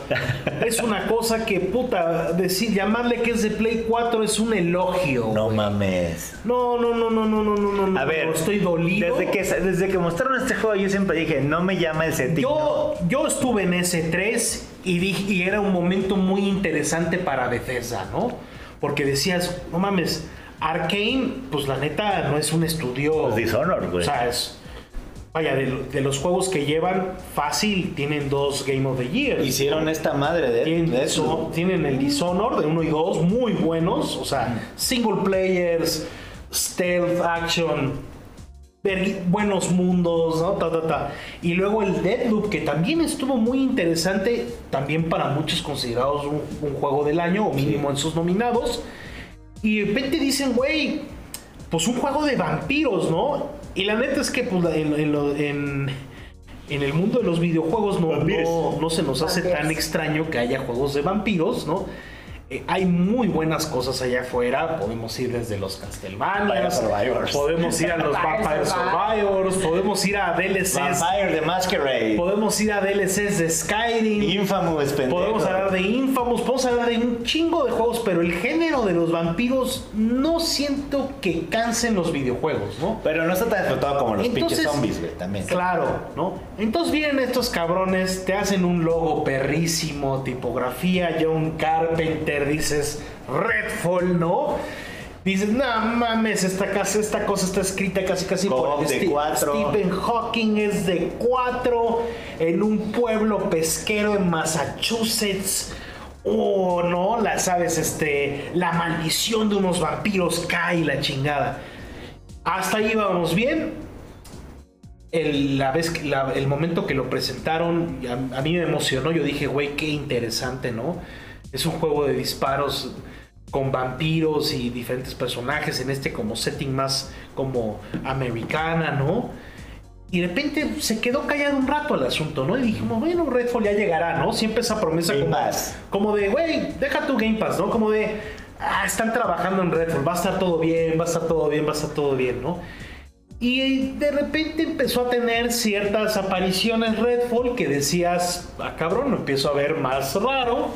es una cosa que, puta, decir, llamarle que es de Play 4 es un elogio.
No mames.
No, no, no, no, no, no, no, no, no.
A ver,
estoy dolido.
Desde que, desde que mostraron este juego, yo siempre dije, no me llama el setting.
yo, yo estuve en S3 y, dije, y era un momento muy interesante para Bethesda, ¿no? Porque decías, no mames, Arkane, pues la neta no es un estudio.
Pues Dishonored, güey.
O sea, es. Vaya, de, lo- de los juegos que llevan fácil, tienen dos Game of the Year.
Hicieron esta madre de,
Tienen,
de
Disho-
eso.
tienen el Dishonored de 1 y 2, muy buenos. O sea, single players, stealth action, ver- buenos mundos, ¿no? Ta, ta, ta. Y luego el Deadloop, que también estuvo muy interesante, también para muchos considerados un, un juego del año, o mínimo en sus nominados. Y de repente dicen, güey, pues un juego de vampiros, ¿no? Y la neta es que pues, la- en, en lo- en- en el mundo de los videojuegos no,
Vampiros.
no- no se nos hace
Vampiros.
tan extraño que haya juegos de vampiros, ¿no? Eh, hay muy buenas cosas allá afuera. Podemos ir desde los
Vampire
Castlevania,
Survivors.
podemos ir a los Vampire
Vampire
Survivors, podemos ir a DLCs,
Vampire the Masquerade.
podemos ir a DLCs de Skyrim.
Infamous, pendejo.
Podemos hablar de Infamous, podemos hablar de un chingo de juegos, pero el género de los vampiros no siento que cansen los videojuegos, ¿no?
Pero no está tan explotado como los
Entonces-
pinches zombies, güey, también.
Claro, ¿no? Entonces vienen estos cabrones, te hacen un logo perrísimo, tipografía, John Carpenter, dices, Redfall, ¿no? Dices, no mames, esta, casa, esta cosa está escrita casi casi
Cobb de
Ste-
cuatro.
Stephen Hawking es de cuatro en un pueblo pesquero en Massachusetts. Oh, no, la sabes, este, la maldición de unos vampiros cae la chingada. Hasta ahí íbamos bien, el, la vez, que- la- el momento que lo presentaron, a, a mí me emocionó. Yo dije, güey, qué interesante, ¿no? Es un juego de disparos con vampiros y diferentes personajes en este como setting más como americana, ¿no? Y de repente se quedó callado un rato el asunto, ¿no? Y dijimos, bueno, Redfall ya llegará, ¿no? Siempre esa promesa
Game
como,
Pass.
como de, güey, deja tu Game Pass, ¿no? Como de, ah, están trabajando en Redfall, va a estar todo bien, va a estar todo bien, va a estar todo bien, ¿no? Y de repente empezó a tener ciertas apariciones Redfall que decías, ah cabrón, lo empiezo a ver más raro,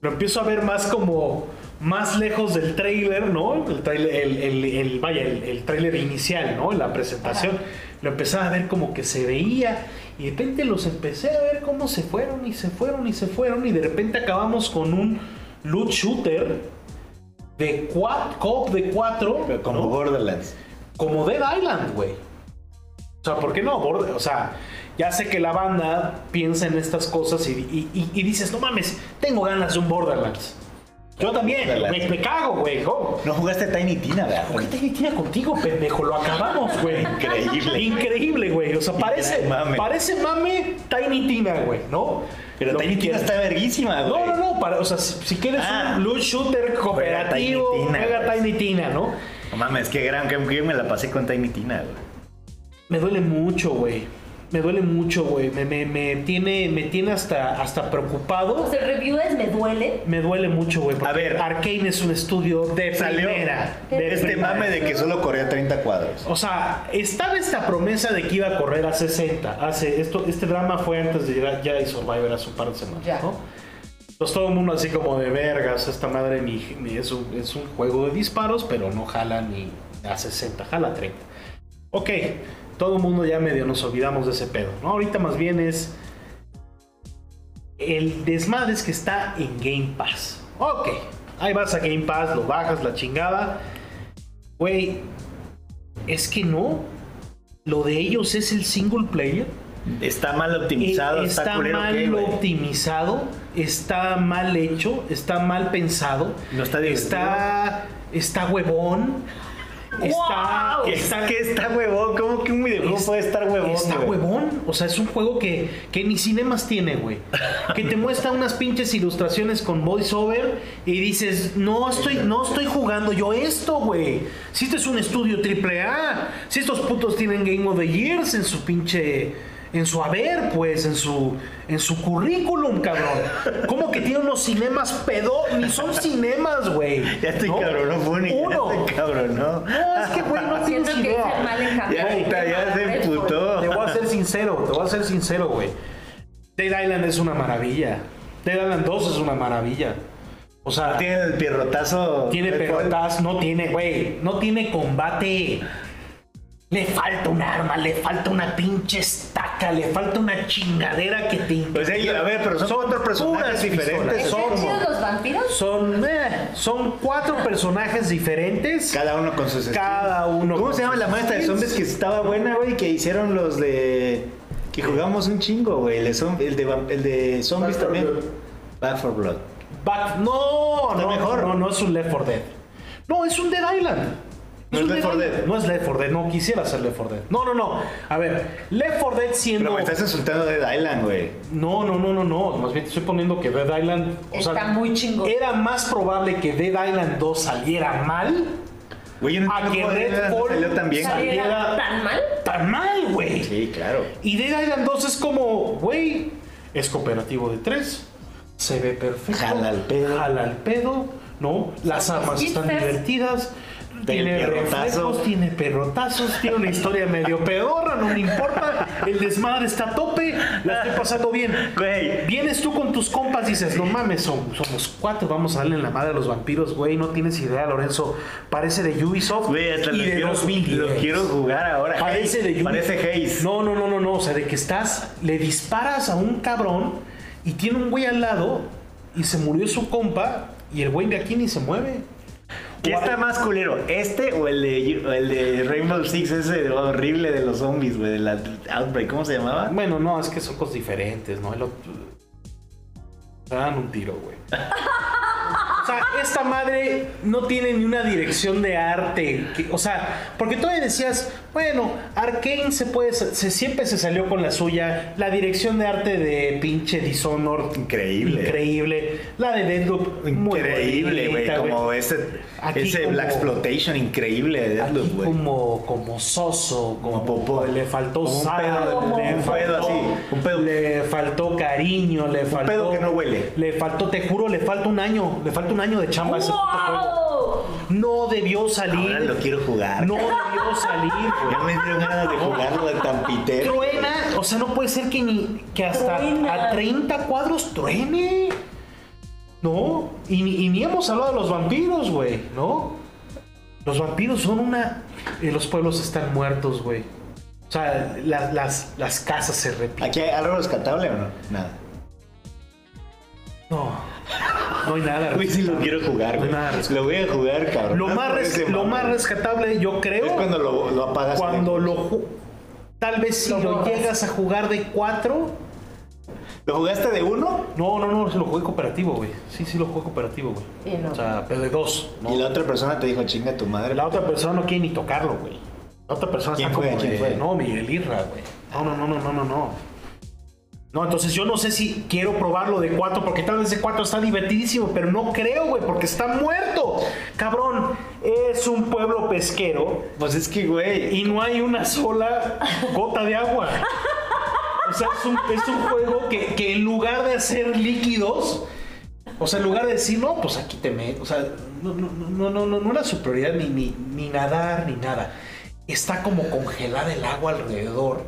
lo empiezo a ver más como más lejos del trailer, ¿no? El trailer, el, el- el- vaya, el, el trailer inicial, ¿no? La presentación. Lo empezaba a ver como que se veía y de repente los empecé a ver cómo se fueron y se fueron y se fueron y de repente acabamos con un loot shooter de cuatro, cop de cuatro.
Pero como
¿no?
Borderlands.
como Dead Island, güey. O sea, ¿por qué no? Borde- O sea, ya sé que la banda piensa en estas cosas y, y- y- y dices, no mames, tengo ganas de un Borderlands. Yo también,
Borderlands.
me, me cago, güey. ¿no?
No jugaste Tiny Tina, ¿verdad?
¿Por qué te metía contigo, pendejo? Lo acabamos, güey.
Increíble.
Increíble, güey. O sea, parece
Mame.
mame, parece mame Tiny Tina, güey, ¿no?
Pero
Lo
Tiny
que
Tina
quieras.
está verguísima, güey.
No, no, no, para- o sea, si, si quieres
Ah.
un loot shooter cooperativo,
Tiny Tina,
juega
güey.
Tiny Tina, ¿no?
No mames, qué gran game. Yo me la pasé con Tiny Tina, güey.
Me duele mucho, güey. Me duele mucho, güey. Me, me- me tiene, me tiene hasta, hasta preocupado.
O sea, Pues el review es me duele.
Me duele mucho, güey. porque
A ver.
Arcane es un estudio de
Salió
primera. de
este
primera.
mame de que solo corría 30 cuadros.
O sea, estaba esta promesa de que iba a correr a 60. Hace, esto, este drama fue antes de llegar ya y Survivor hace un par de semanas,
Ya.
¿no? Entonces Pues todo el mundo así como de vergas, esta madre mi, mi- es, un, es un juego de disparos, pero no jala ni a 60, jala a 30. Ok, todo el mundo ya medio nos olvidamos de ese pedo, ¿no? Ahorita más bien es el desmadre es que está en Game Pass. Ok, ahí vas a Game Pass, lo bajas, la chingada. Güey, es que no. Lo de ellos es el single player.
Está mal optimizado,
Eh,
está,
está
culero,
mal
¿qué, güey?
optimizado, está mal hecho, está mal pensado.
No está divertido.
Está, está huevón. Está,
¿Qué está,
está,
qué está huevón? ¿Cómo que un videojuego
Es-
puede estar huevón,
Está
güey?
huevón. O sea, es un juego que, que ni cinemas tiene, güey. Que te muestra unas pinches ilustraciones con voiceover y dices, no estoy, no estoy jugando yo esto, güey. Si este es un estudio AAA, si estos putos tienen Game of the Years en su pinche. En su haber, pues, en su, en su currículum, cabrón. ¿Cómo que tiene unos cinemas pedo? Ni son cinemas, güey.
Ya estoy
¿No?
cabrón, Funny.
Uno.
Ya estoy cabrón, ¿no?
No, es que, güey, no tienes
Siento que
idea.
hice mal en
Ya,
Japón.
está, ya se
Te
emputó.
voy a ser sincero, te voy a ser sincero, güey. Dead Island es una maravilla. Dead Island 2 es una maravilla. O sea, tiene,
Tiene el pierrotazo.
pelotas, no tiene, güey, no tiene combate. Le falta un arma, le falta una pinche estaca, le falta una chingadera que te...
O sea, y- Pues, a ver, pero son, otros personajes
puras
diferentes.
pistolas.
son-
¿Están
Somos.
chidos los vampiros?
Son, eh, son cuatro personajes diferentes.
Cada uno con sus
Cada uno
¿Cómo
con
se llama
sus
la maestra de
skills?
zombies que estaba buena, güey? Que hicieron los de. Que jugamos un chingo, güey. El de, zom- el de, va- el de zombies
Back for
también.
Blood.
Back for Blood.
Back- No,
Está
no,
mejor.
no, no es un Left 4 Dead. No, es un Dead Island.
No es
un
Left 4
Island.
Dead.
No es Left 4 Dead, no quisiera ser Left 4 Dead. No, no, no. A ver, Left 4 Dead
Pero
siendo.
me estás insultando de Dylan, güey.
No, no, no, no, no. Más bien te estoy poniendo que Dead Island. o sea,
Está muy chingón.
Era más probable que Dead Island 2 saliera mal.
Güey, yo no
A que
entiendo cómo
Red
Dylan
Bull
salió tan bien.
salió-
¿Saliera
Saliera-
tan mal?
Tan mal, güey.
Sí, claro.
Y Dead Island 2 es como, güey, es cooperativo de 3, se ve perfecto.
Jala al pedo.
Jala al pedo, ¿no? Las armas están
Chistes.
divertidas.
Tiene
Tiene
perrotazo.
reflejos, tiene perrotazos, tiene una historia medio pedorra, no me importa. El desmadre está a tope, la estoy pasando bien.
Güey.
Vienes tú con tus compas, dices, no mames, som- somos cuatro, vamos a darle en la madre a los vampiros, güey. No tienes idea, Lorenzo. Parece de Ubisoft
Güey, hasta
y
lo
de
quiero,
2010.
lo quiero jugar ahora.
Parece
Haze,
de Yubi.
Parece Haze.
No, no, no, no, no. O sea, de que estás, le disparas a un cabrón y tiene un güey al lado y se murió su compa Y el güey de aquí ni se mueve.
¿Qué está más culero? ¿Este o el de, o el de Rainbow Six, ese horrible de los zombies, güey? De la Outbreak, ¿cómo se llamaba?
Bueno, no, es que son cosas diferentes, ¿no? El otro- Te dan un tiro, güey. O sea, esta madre no tiene ni una dirección de arte. que- o sea, porque todavía decías, bueno, Arkane se puede, sa- se, siempre se salió con la suya. La dirección de arte de pinche Dishonored.
Increíble.
Increíble. La de Deadloop. muy
Increíble, güey.
bonita,
Como ese,
Aquí
ese
como-
Black Exploitation increíble de
Aquí
Deadloop, güey.
como, como soso, como,
popó.
le faltó
Como un
sal,
pedo,
le
un pedo
faltó,
así, un pedo.
le faltó cariño, le faltó
pedo que no huele.
le faltó, te juro, le falta un año, le falta un año de chamba. a ese puto juego.
¡Wow!
No debió
Ahora
salir,
lo quiero jugar.
no debió salir.
Ya
güey.
me dieron ganas de jugarlo de tan pitero.
Truena, o sea, no puede ser que ni que hasta
Truena.
a 30 cuadros truene. No, y, ni- y ni hemos hablado de los vampiros, güey, ¿no? Los vampiros son una. eh, los pueblos están muertos, güey. O sea, la- las, las casas se repiten.
¿Aquí hay algo rescatable o no? Nada.
No. No hay nada.
Uy, sí lo quiero jugar,
No
güey.
hay Pues nada rescatable.
Lo voy a jugar, cabrón.
Lo,
No
más,
parece
res- lo
mamón.
más rescatable, yo creo.
Es cuando lo, lo apagas.
cuando
güey.
lo. ju- Tal vez si
Lo
lo
borras.
llegas a jugar de cuatro.
¿Lo jugaste de uno?
No, no, no, se lo jugué cooperativo, güey. Sí, sí, lo jugué cooperativo, güey.
Sí, no.
O sea, pero de dos. ¿no?
Y la otra persona te dijo, chinga tu madre.
La otra persona no quiere ni tocarlo, güey. La otra persona
¿Quién
está
fue?
como
¿Quién
de,
fue?
No, Miguel Irra, güey. No, no, no, no, no, no, no. No, entonces yo no sé si quiero probarlo de cuatro, porque tal vez de cuatro está divertidísimo, pero no creo, güey, porque está muerto. Cabrón, es un pueblo pesquero
Pues es que, güey.
y no hay una sola gota de agua. O sea, es un, es un juego que, que en lugar de hacer líquidos, o sea, en lugar de decir, no, pues aquí te meto, o sea, no, no, no, no, no, no era su prioridad ni, ni, ni nadar ni nada. Está como congelada el agua alrededor.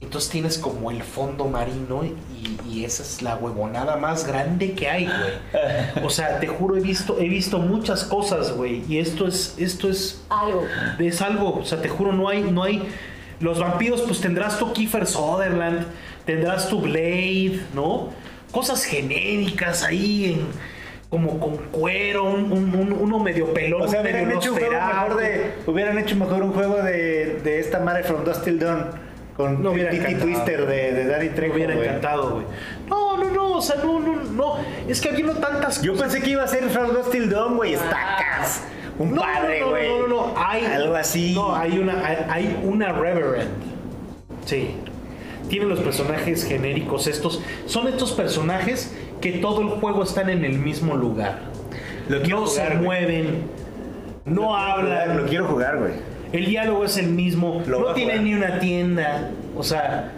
Entonces tienes como el fondo marino y, y esa es la huevonada más grande que hay, güey. O sea, te juro, he visto, he visto muchas cosas, güey. Y esto es, esto es
Algo.
es algo, o sea, te juro, no hay, no hay. Los vampiros, pues tendrás tu Kiefer Sutherland, tendrás tu Blade, ¿no? Cosas genéricas ahí en. Como con cuero, un, un- un- uno medio pelón,
O sea,
medio
hubieran hecho, un juego mejor
Nosferatu.
de, hubieran hecho mejor un juego de, de esta madre From Dust Till Dawn con
No hubiera
Titi
encantado.
Twister de, de Danny
Me
Trejo.
hubiera
güey.
encantado, güey. No, no, no, o sea, no, no, no. Es que aquí no tantas
Yo pensé que iba a ser From Dust Till Dawn, güey, estacas. Un
Ah. No,
padre,
no, no,
güey.
No, no, no, Hay,
Algo así.
No, hay una, hay, hay una Reverend. Sí. Tiene los personajes genéricos estos. Son estos personajes que todo el juego están en el mismo lugar.
Lo quiero
no
jugar,
se
güey.
mueven. No hablan.
Lo quiero jugar, güey.
El diálogo es el mismo.
Lo voy
no
a
tiene
jugar.
ni una tienda. O sea,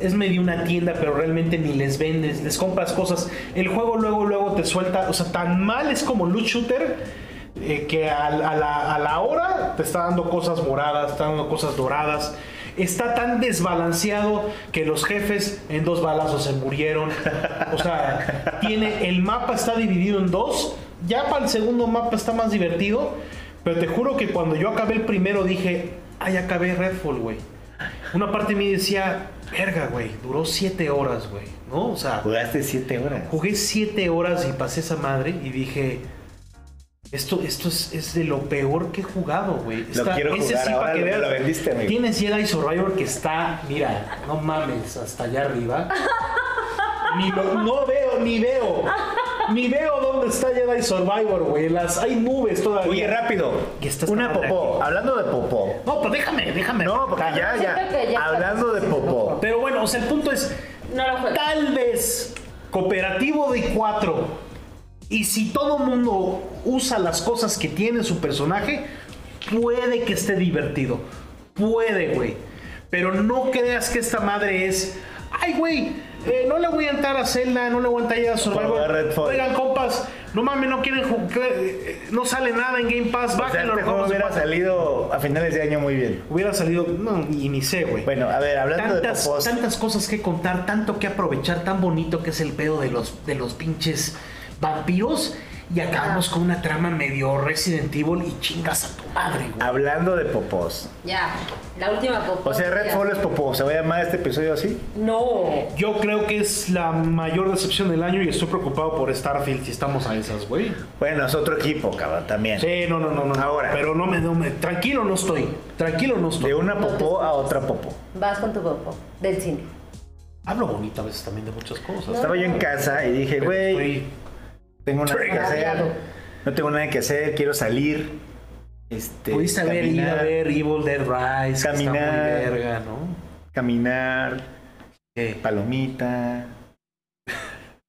es medio una tienda, pero realmente ni les vendes, les compras cosas. El juego luego, luego te suelta. O sea, tan mal es como Loot Shooter. eh, que al- a, la, a la hora te está dando cosas moradas, te está dando cosas doradas. Está tan desbalanceado que los jefes en dos balazos se murieron. O sea, tiene, el mapa está dividido en dos. Ya para el segundo mapa está más divertido. Pero te juro que cuando yo acabé el primero dije, ay, acabé Redfall, güey. Una parte de mí decía, verga, güey, duró siete horas, güey, ¿no? O sea,
Jugaste siete horas.
jugué siete horas y pasé esa madre y dije, esto, esto es, es de lo peor que he jugado, güey.
Lo quiero jugar, ahora
pa'
lo- lo vendiste, amigo.
Tienes Jedi Survivor que está, mira, no mames, hasta allá arriba. Ni lo- no veo, ni veo. Ni veo dónde está Jedi Survivor, güey. Las, hay nubes todavía.
Oye, rápido.
Y esta está
Una
madre
popó.
aquí.
Hablando de popó.
No, pero déjame, déjame.
No, porque
contar.
ya,
Siento
ya.
que ya
Hablando de
estamos
popó.
Pero bueno, o sea, el punto es,
No lo juego.
tal vez cooperativo de cuatro, y si todo mundo usa las cosas que tiene su personaje, puede que esté divertido. Puede, güey. Pero no creas que esta madre es, ay, güey, eh, no le voy a entrar a Zelda, no le voy a entrar
Jugar
a Survivor.
Redfall".
Oigan, compas, no mames, no quieren jugar, no sale nada en Game Pass,
O sea,
bájenlo.
este juego
lo jugamos en
hubiera
cuatro".
salido a finales de año muy bien.
Hubiera salido, no, y ni sé, güey
Bueno, a ver, hablando
tantas,
de popós.
tantas cosas que contar, tanto que aprovechar, tan bonito que es el pedo de los, de los pinches vampiros y acabamos con una trama medio Resident Evil y chingas a tu madre, güey.
Hablando de popós.
Ya, la última popó.
O sea, Redfall es popó. ¿Se va a llamar este episodio así?
No.
Yo creo que es la mayor decepción del año y estoy preocupado por Starfield si estamos a esas, güey.
Bueno, es otro equipo, cabrón, también.
Sí, no, no, no, no.
Ahora.
Pero no me, no me- Tranquilo no estoy. Tranquilo no estoy.
De una popó a otra popó.
Vas con tu popó del cine.
Hablo bonito a veces también de muchas cosas.
Estaba yo en casa y dije,
Pero
güey,
estoy-
tengo nada que
Trigger.
hacer. No tengo nada que hacer, quiero salir. Este,
Pudiste haber ido a
caminar,
ver Evil Dead Rise, que está muy
Caminar.
verga, ¿no?
Caminar,
Eh,
palomita.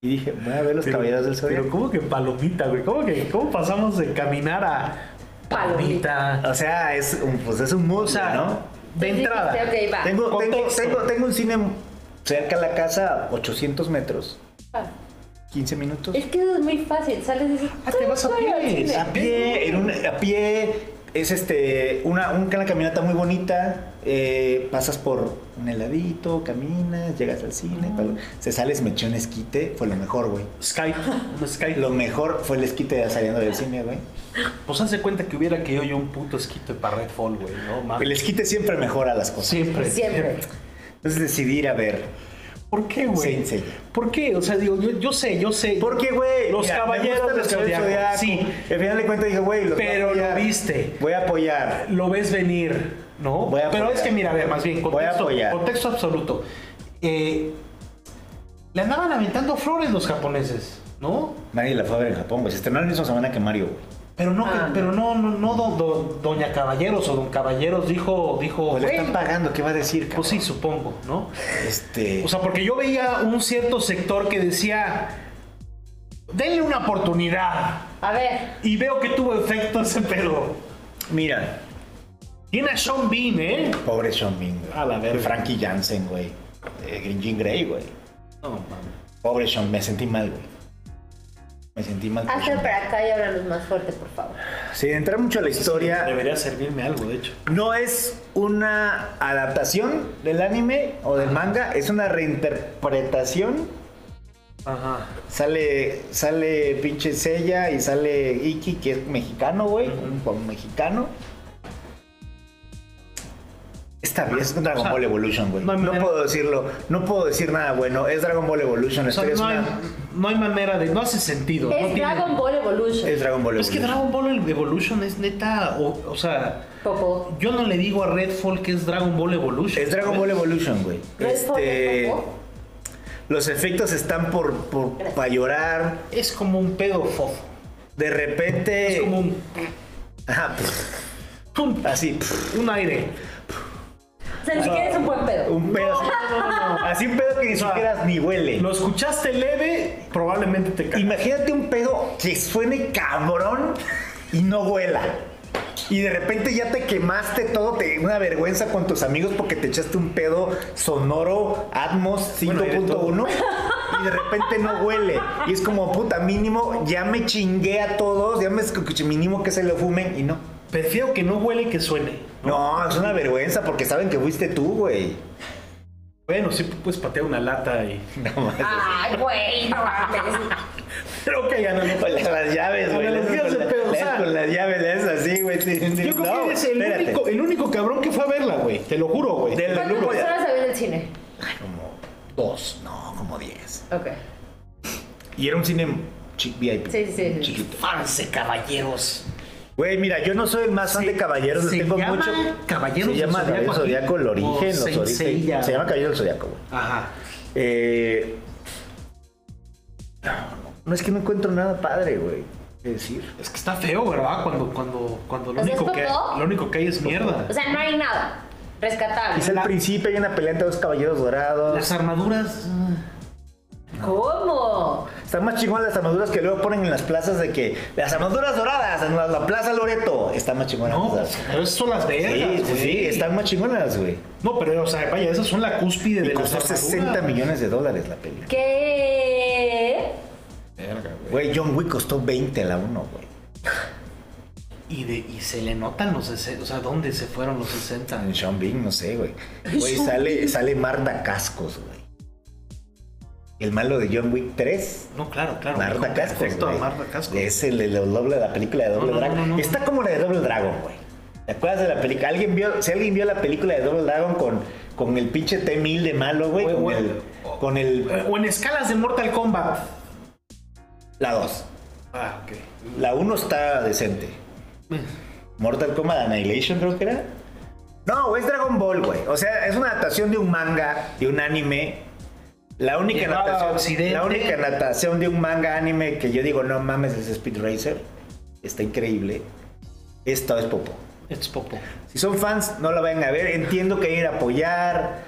Y dije, voy a ver los
pero-
caballeros del
Pero
zodiaco.
¿cómo que palomita, güey? ¿Cómo que cómo pasamos de caminar a palomita?
O sea, es un, pues es un mood,
O sea,
¿no?
de entrada.
Sí, sí, sí, ok, va.
Tengo, tengo,
Contexto.
tengo, tengo un cine cerca de la casa, 800 metros,
Va.
15 minutos.
Es que eso es muy fácil. Sales y dices.
Ah, te vas a
"Voy al
pie,
cine".
A pie, en un- a pie es este una, un- una caminata muy bonita. eh, pasas por un heladito, caminas, llegas al cine.
Ah.
palo- se sale, se me echó un esquite. Fue lo mejor, güey.
Skype, un Skype.
Lo mejor fue el esquite de saliendo del cine, güey.
Pues hace cuenta que hubiera que yo yo un puto esquito para Redfall, güey, ¿no?
El
Mames.
esquite siempre mejora las cosas.
Siempre.
Siempre.
Entonces decidí ir a ver.
¿Por qué, güey?
Sí, sí.
¿Por qué? O sea, digo, yo, yo sé, yo sé.
Porque, güey,
Los
mira, me
Caballeros
gustan
del
los Caballeros del
Zodiaco,
Zodiaco.
sí.
Al final de cuentas dije, güey, los voy a
Pero lo
apoyar.
viste.
Voy a apoyar.
lo ves venir, ¿no?
Voy a
Pero
apoyar.
es que mira, a ver, más bien,
Voy a
contexto,
apoyar.
contexto absoluto. Eh, le andaban aventando flores los japoneses, ¿no?
Nadie la fue a ver en Japón, güey. Se estrenó la misma semana que Mario, güey.
Pero no,
Ah.
pero no, no, no do- do- doña Caballeros o don Caballeros dijo, dijo,
Pues le
Oh, "Güey,
están pagando, ¿qué va a decir,
pues sí,
cabrón?
supongo, ¿no?
Este.
O sea, porque yo veía un cierto sector que decía, denle una oportunidad.
A ver.
Y veo que tuvo efecto ese pedo.
Mira,
Tiene a Sean Bean, ¿eh?
pobre Sean Bean, güey.
A la verga.
Frankie Jansen, güey. Eh, Green Jean Grey, güey.
No, mames.
Pobre Sean, me sentí mal, güey. Me sentí mal. por
Hazte
Sean.
para acá y háblanos más fuerte, por favor.
Sin entrar mucho a la historia,
Pues Debería servirme algo, de hecho.
no es una adaptación del anime o del manga, es una reinterpretación.
Ajá.
Sale, sale pinche Sella y sale Iki, que es mexicano, güey, un, un mexicano. Está bien, es un Dragon
O sea,
Ball Evolution, güey.
no
No,
hay manera.
puedo decirlo, no puedo decir nada bueno. Es Dragon Ball Evolution, la
O sea,
historia es
no, hay,
una-
no hay manera de. No hace sentido. no
Es
tiene-
Dragon Ball Evolution.
Es Dragon Ball
Es que
Evolution.
Dragon Ball Evolution es neta. O, o sea,
Popó.
yo no le digo a Redfall que es Dragon Ball Evolution.
Es Dragon Ball Evolution, güey.
¿No es
Este,
Popó?
los efectos están por, por para llorar.
Es como un pedo fofo.
De repente,
Es como un.
ajá, pues, pf,
pum,
así, pf,
un aire.
O sea, ni siquiera es un buen pedo.
un pedo, así, así un pedo que ni
sea,
siquiera ni huele.
Lo escuchaste leve, probablemente te cae.
Imagínate un pedo que suene cabrón y no huela. Y de repente ya te quemaste todo, te, una vergüenza con tus amigos porque te echaste un pedo sonoro Atmos
Bueno, hay de
5.1 y de repente no huele. Y es como, puta, mínimo, ya me chingué a todos, ya me escuché, mínimo que se lo fumen y no.
Prefiero que no huele que suene.
No, es una vergüenza porque saben que fuiste tú, güey.
Bueno, sí puedes patear una lata y.
No más.
Ay, güey, no mames.
Creo que ya no.
Con las llaves, güey.
Con las
Con
llaves de
la-
pedo, o
lees
sea.
Con las llaves, lees así, güey. sí, sí,
Yo creo
no,
que eres el
espérate.
único, el único cabrón que fue a verla, güey. Te lo juro, güey.
Del
¿Cuántas
grupo de-
personas había en el cine?
Como dos, no, como diez.
Ok.
Y era un cine chi- VIP.
Sí, sí, sí.
Chiquito.
Fans de caballeros.
Güey, mira, yo no soy el más fan de Caballeros, les
se
tengo
llama
mucho.
Caballeros
se
del
llama
Zodiaco
Caballeros
aquí.
Zodiaco ¿eh? el
O
origen, los
Saint
orígenes.
Seiya.
Se llama Caballeros del Zodiaco, güey.
Ajá.
Eh, no es que no encuentro nada padre, güey. ¿Qué decir?
Es que está feo, ¿verdad? Cuando, cuando, cuando lo,
O sea,
único
¿es
que,
popó?
lo único que hay es mierda.
O sea, no hay nada rescatable.
Es el principio, hay una pelea entre dos caballeros dorados.
Las armaduras.
¿Cómo?
Están más chingón las armaduras que luego ponen en las plazas de que las armaduras doradas en la, la Plaza Loreto. Están más chingonas.
No,
esas.
pero esas son las vergas.
Sí, sí,
güey.
sí, están más chingonas, güey.
No, pero, o sea, vaya, esas son la cúspide
Y
de las
costó 60
armaduras.
millones de dólares la película.
¿Qué?
Verga, güey.
Güey, John Wick costó 20 a la 1, güey.
Y, de, y se le notan los 60. O sea, ¿dónde se fueron los 60?
En Sean Bean, no sé, güey. Güey, sale, sale Marta Cascos, güey. El malo de John Wick 3.
No, claro, claro.
Marta Cascos.
Perfecto,
güey.
Marta Cascos.
Es el, el doble, la película de Doble
No, no,
Dragon.
no, no, no.
Está como la de Doble Dragon, güey. ¿Te acuerdas de la película? ¿Alguien vio, si alguien vio la película de Doble Dragon con, con el pinche T-1000 de malo, güey,
Güey,
con
güey.
el, con el,
O en escalas de Mortal Kombat.
la 2.
Ah, ok.
La 1 está decente. Mortal Kombat Annihilation creo que era. No, güey, es Dragon Ball, güey. O sea, es una adaptación de un manga, de un anime. La única,
Llegada a
adaptación,
Occidente.
la única adaptación de un manga anime que yo digo, no mames, es Speed Racer. Está increíble. Esta es Popo.
It's Popo.
Si son fans, no la vayan a ver. Entiendo que ir a apoyar.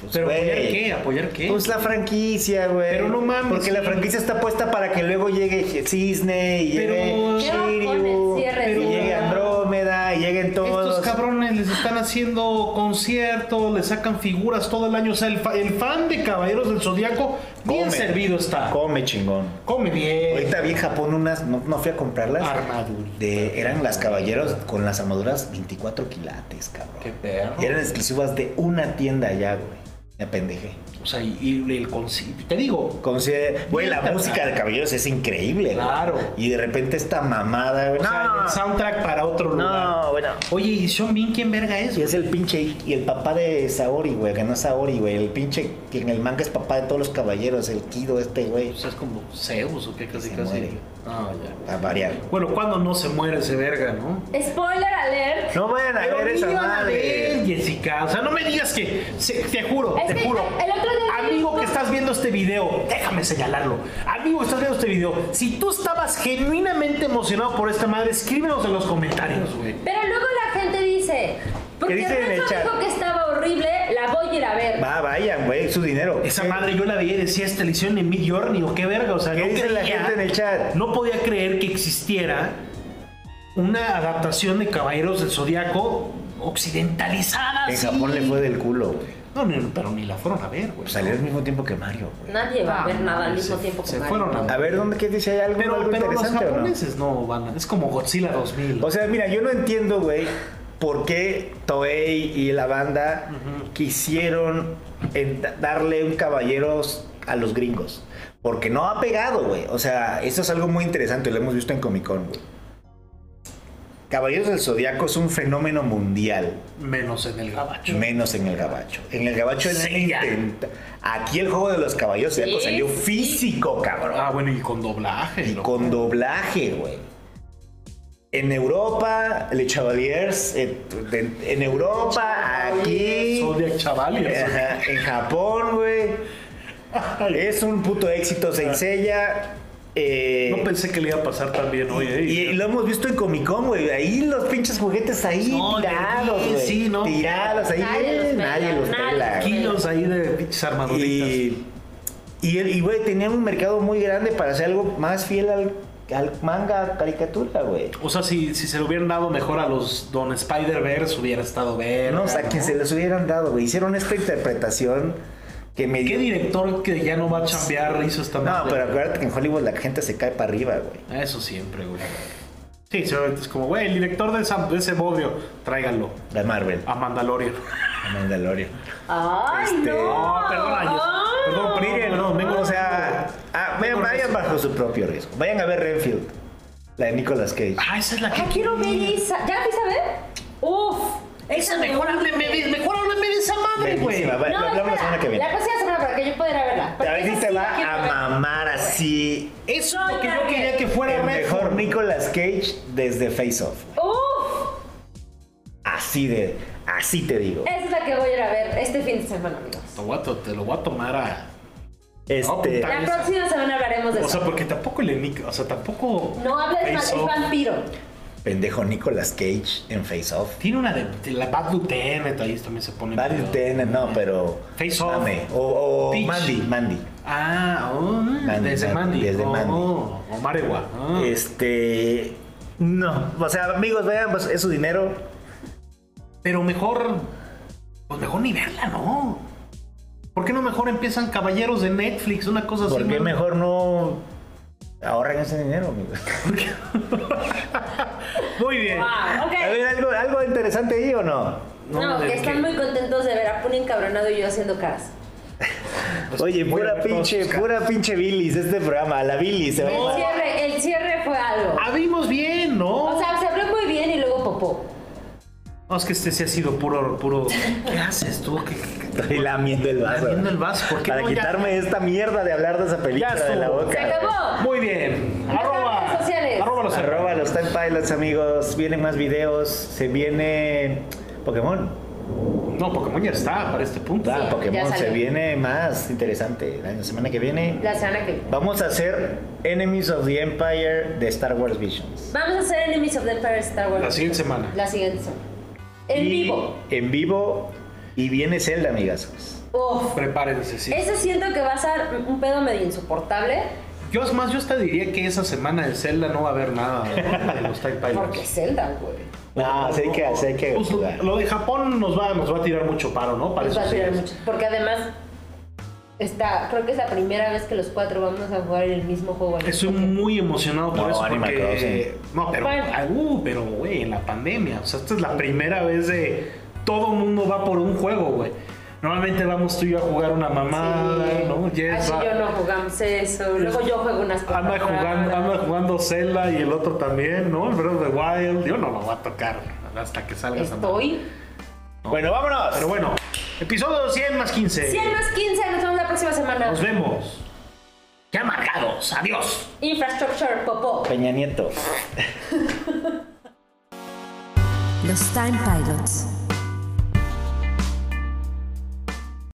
Pues,
Pero
güey.
¿apoyar qué? ¿Apoyar qué?
Pues la franquicia, güey.
Pero no mames,
Porque la
sí.
franquicia está puesta para que luego llegue Cisne y
Pero-
llegue
Yo con el
Shiryu,
cierre,
y
sí,
llegue
ya.
Andrómeda, y lleguen todos.
Estos cabrones les están haciendo conciertos, les sacan figuras todo el año. O sea, el, fa- el fan de Caballeros del Zodíaco bien
Come.
servido está.
Come chingón.
Come bien.
Ahorita vi en Japón unas, no, no fui a comprarlas.
Armadura.
De, eran las caballeros con las armaduras 24 quilates, cabrón.
Qué perro.
Y eran exclusivas de una tienda allá, güey. Me apendejé.
O sea, y, y el concierto. Te digo,
Considera- Güey, la
Mierda,
música
claro.
de caballeros es increíble, güey.
Claro.
Y de repente esta mamada, güey.
o sea,
No,
el soundtrack para otro lugar.
no, bueno.
Oye, ¿y Sean Bean quién verga es?
Y es el pinche y el papá de Saori, güey, que no es Saori, güey, el pinche que en el manga es papá de todos los caballeros, el Kido este, güey,
O sea, es como Zeus o qué, casi,
Se
casi.
muere.
Ah, ya.
a variar.
Bueno, cuando no se muere ese verga, ¿no?
Spoiler alert.
No vayan a ver esa
ni iban a ver,
madre.
Jessica. O sea, no me digas que. se- te juro,
Es
te
que
juro.
el otro día vi
Amigo
uno-
que estás viendo este video, déjame señalarlo. Amigo que estás viendo este video, si tú estabas genuinamente emocionado por esta madre, escríbenos en los comentarios, güey.
Pero luego la gente dice, porque
¿Qué dicen en el
Renzo
chat?
dijo que estaba horrible, la voy a ir a ver.
Va, vayan, güey, su dinero.
Esa madre yo la veía y decía esta edición en Mid Journey o qué verga. O sea,
¿Qué
no
dice la
creía-
gente en el chat?
No podía creer que existiera una adaptación de Caballeros del Zodíaco occidentalizada.
En
así.
Japón le fue del culo, güey.
No, no, pero ni la fueron a ver, güey.
Pues salió al mismo tiempo que Mario, güey.
Nadie va a
Ah,
ver nada al mismo
se-
tiempo que
se
Mario.
fueron a
A ver, ¿dónde qué dice? ¿Hay algo,
Pero,
algo
pero los
interesante o no?
japoneses no? van. Es como Godzilla 2000.
O sea, mira, yo no entiendo, güey, por qué Toei y la banda quisieron en- darle un caballeros a los gringos. Porque no ha pegado, güey. O sea, eso es algo muy interesante, lo hemos visto en Comic Con, güey. Caballeros del Zodiaco es un fenómeno mundial,
menos en el gabacho.
menos en el gabacho. En el gabacho es
Sí, ya.
Aquí el juego de los caballeros del Zodiaco
Sí,
salió
sí.
físico, cabrón.
Ah, bueno, y con doblaje.
Y
loco.
con doblaje, güey. En Europa, Le Chavaliers, eh, en, en Europa, aquí,
Zodiac Chavaliers.
ajá, en Japón, güey. Es un puto éxito, se ensella. eh,
No pensé que le iba a pasar tan bien hoy, eh.
y, y lo hemos visto en Comic Con, güey. Ahí los pinches juguetes ahí
No,
tirados,
sí,
güey.
sí, no.
Tirados ahí.
Nadie los
eh,
pela,
Nadie los
nadie
pela.
los
güey.
Kilos ahí de pinches armaduritas.
Y, y, y, güey, tenían un mercado muy grande para hacer algo más fiel al, al manga, caricatura, güey.
O sea, si, si se lo hubieran dado mejor a los Don Spider-Verse, hubiera estado ver.
No, o sea, que se les hubieran dado, güey. Hicieron esta interpretación que me
¿Qué director que ya no va a chambear hizo esta
No,
madre?
pero acuérdate que en Hollywood la gente se cae para arriba, güey.
Eso siempre, güey. Sí, seguramente es como, güey, el director de, esa- de ese bodio, tráigalo
La Marvel,
a Mandalorian.
a Mandalorian.
Ay,
Este,
no.
no, perdona, yo-
Ah.
perdón, pero-
Miren,
no, vengo-
o sea, ah, vayan, vayan bajo su propio riesgo. Vayan a ver Renfield, la de Nicolas Cage.
Ah, esa es la que
Ah, quiero ver
Mm.
esa. ¿Ya la fuiste a ver? Uf.
Esa mejor hábleme, de- mejor hábleme de esa madre, güey.
Buenísima, va-
No,
lo hablamos la
espera,
semana que viene.
La próxima semana para que yo pudiera verla.
A ver
Porque
si
esa
te
sí
va
la quiero
a
ver.
mamar así.
Eso es lo que yo quería que fuera
El mejor
Redford.
Nicolas Cage desde Face Off.
Uf.
Así de, así te digo.
Eh,
Esa es la que voy a ir a ver este fin de semana, amigos.
Te, voy a to- te lo voy a tomar a.
Este,
puta.
La
Esa.
próxima semana hablaremos de
O sea,
eso.
porque tampoco le Nick. O sea, tampoco.
No hables mal,
Face
es
Off.
vampiro.
pendejo Nicolas Cage en Face Off.
Tiene una de, de la Bad Lieutenant, ahí también se pone.
Bad
medio-
Lieutenant, no, pero.
Face Off.
Mame. O, o
Peach.
Mandy, Mandy.
Ah, oh,
Mandy,
desde
Mandy,
Mandy.
desde
oh,
Mandy.
oh, o Marewa. ah.
Este. No, o sea, amigos, vean, pues, es su dinero.
Pero mejor. Pues mejor ni verla, ¿no? ¿Por qué no mejor empiezan Caballeros de Netflix? Una cosa así.
¿Por qué
¿no?
mejor no ahorran ese dinero, amigos?
Muy bien.
Wow, ok.
A ver, ¿algo, algo interesante ahí o no?
No,
eh, de
que están
que-
muy contentos de ver a Puni encabronado y yo haciendo caras.
Pues Oye,
voy a
pura
ver todos
pinche,
sus caras.
pura pinche bilis este programa, la bilis. se va a
El
llamar.
cierre, el cierre fue algo.
Abrimos bien, Ah, ¿no?
O sea, se abrió muy bien y luego popó.
No, es que este sí ha sido puro, puro. ¿Qué haces tú? ¿Qué, qué- qué-
Estoy lamiendo el vaso.
Lamiendo el vaso, ¿por qué
Para
no? Ya-
quitarme esta mierda de hablar de esa película
Ya
de la
estuvo.
boca.
¡Se acabó!
Muy bien.
Las
Arroba.
redes sociales.
Arroba los
Arroba los Time Pilots, amigos. Vienen más videos. Se viene Pokémon.
No, Pokémon ya está para este punto.
Ah,
ya
Pokémon. Se
salió.
viene más interesante. La semana que viene
La semana que viene.
vamos a hacer Enemies of the Empire de Star Wars Visions.
Vamos a hacer Enemies of the Empire Star Wars.
La siguiente semana.
La siguiente semana. En
Y-
vivo.
En vivo. Y viene Zelda, amigas.
Uf.
Prepárense, sí.
Ese siento que va a ser un pedo medio insoportable.
Yo es más, yo hasta diría que esa semana de Zelda no va a haber nada de los Time
Porque
Pilots.
Zelda, güey.
No, así Ah, hay que, así hay que
Pues,
jugar.
lo de Japón nos va, nos va a tirar mucho paro, ¿no? Para
Nos va
eso
a
sí
tirar
es.
mucho. Porque además, está, creo que es la primera vez que los cuatro vamos a jugar el mismo juego.
Estoy muy emocionado por
No,
eso
Animal
porque no, pero
Bueno.
ah, uh, pero güey, en la pandemia, o sea, esta es la primera vez de todo mundo va por un juego, güey. Normalmente vamos tú y yo a jugar una mamada, Ah, ¿no? Jess
Así
va-
yo no jugamos eso. Luego yo juego unas
anda jugando,
raras.
anda jugando Zelda y el otro también, ¿no? El Breath of the Wild, yo no lo voy a tocar hasta que salga esa madre.
Estoy.
Bueno, vámonos.
Pero bueno, episodio 100 más 15.
100 más 15, nos vemos la próxima semana.
Nos vemos. Ya marcados. Adiós.
Infrastructure, popó.
Peña Nieto.
Los Time Pilots.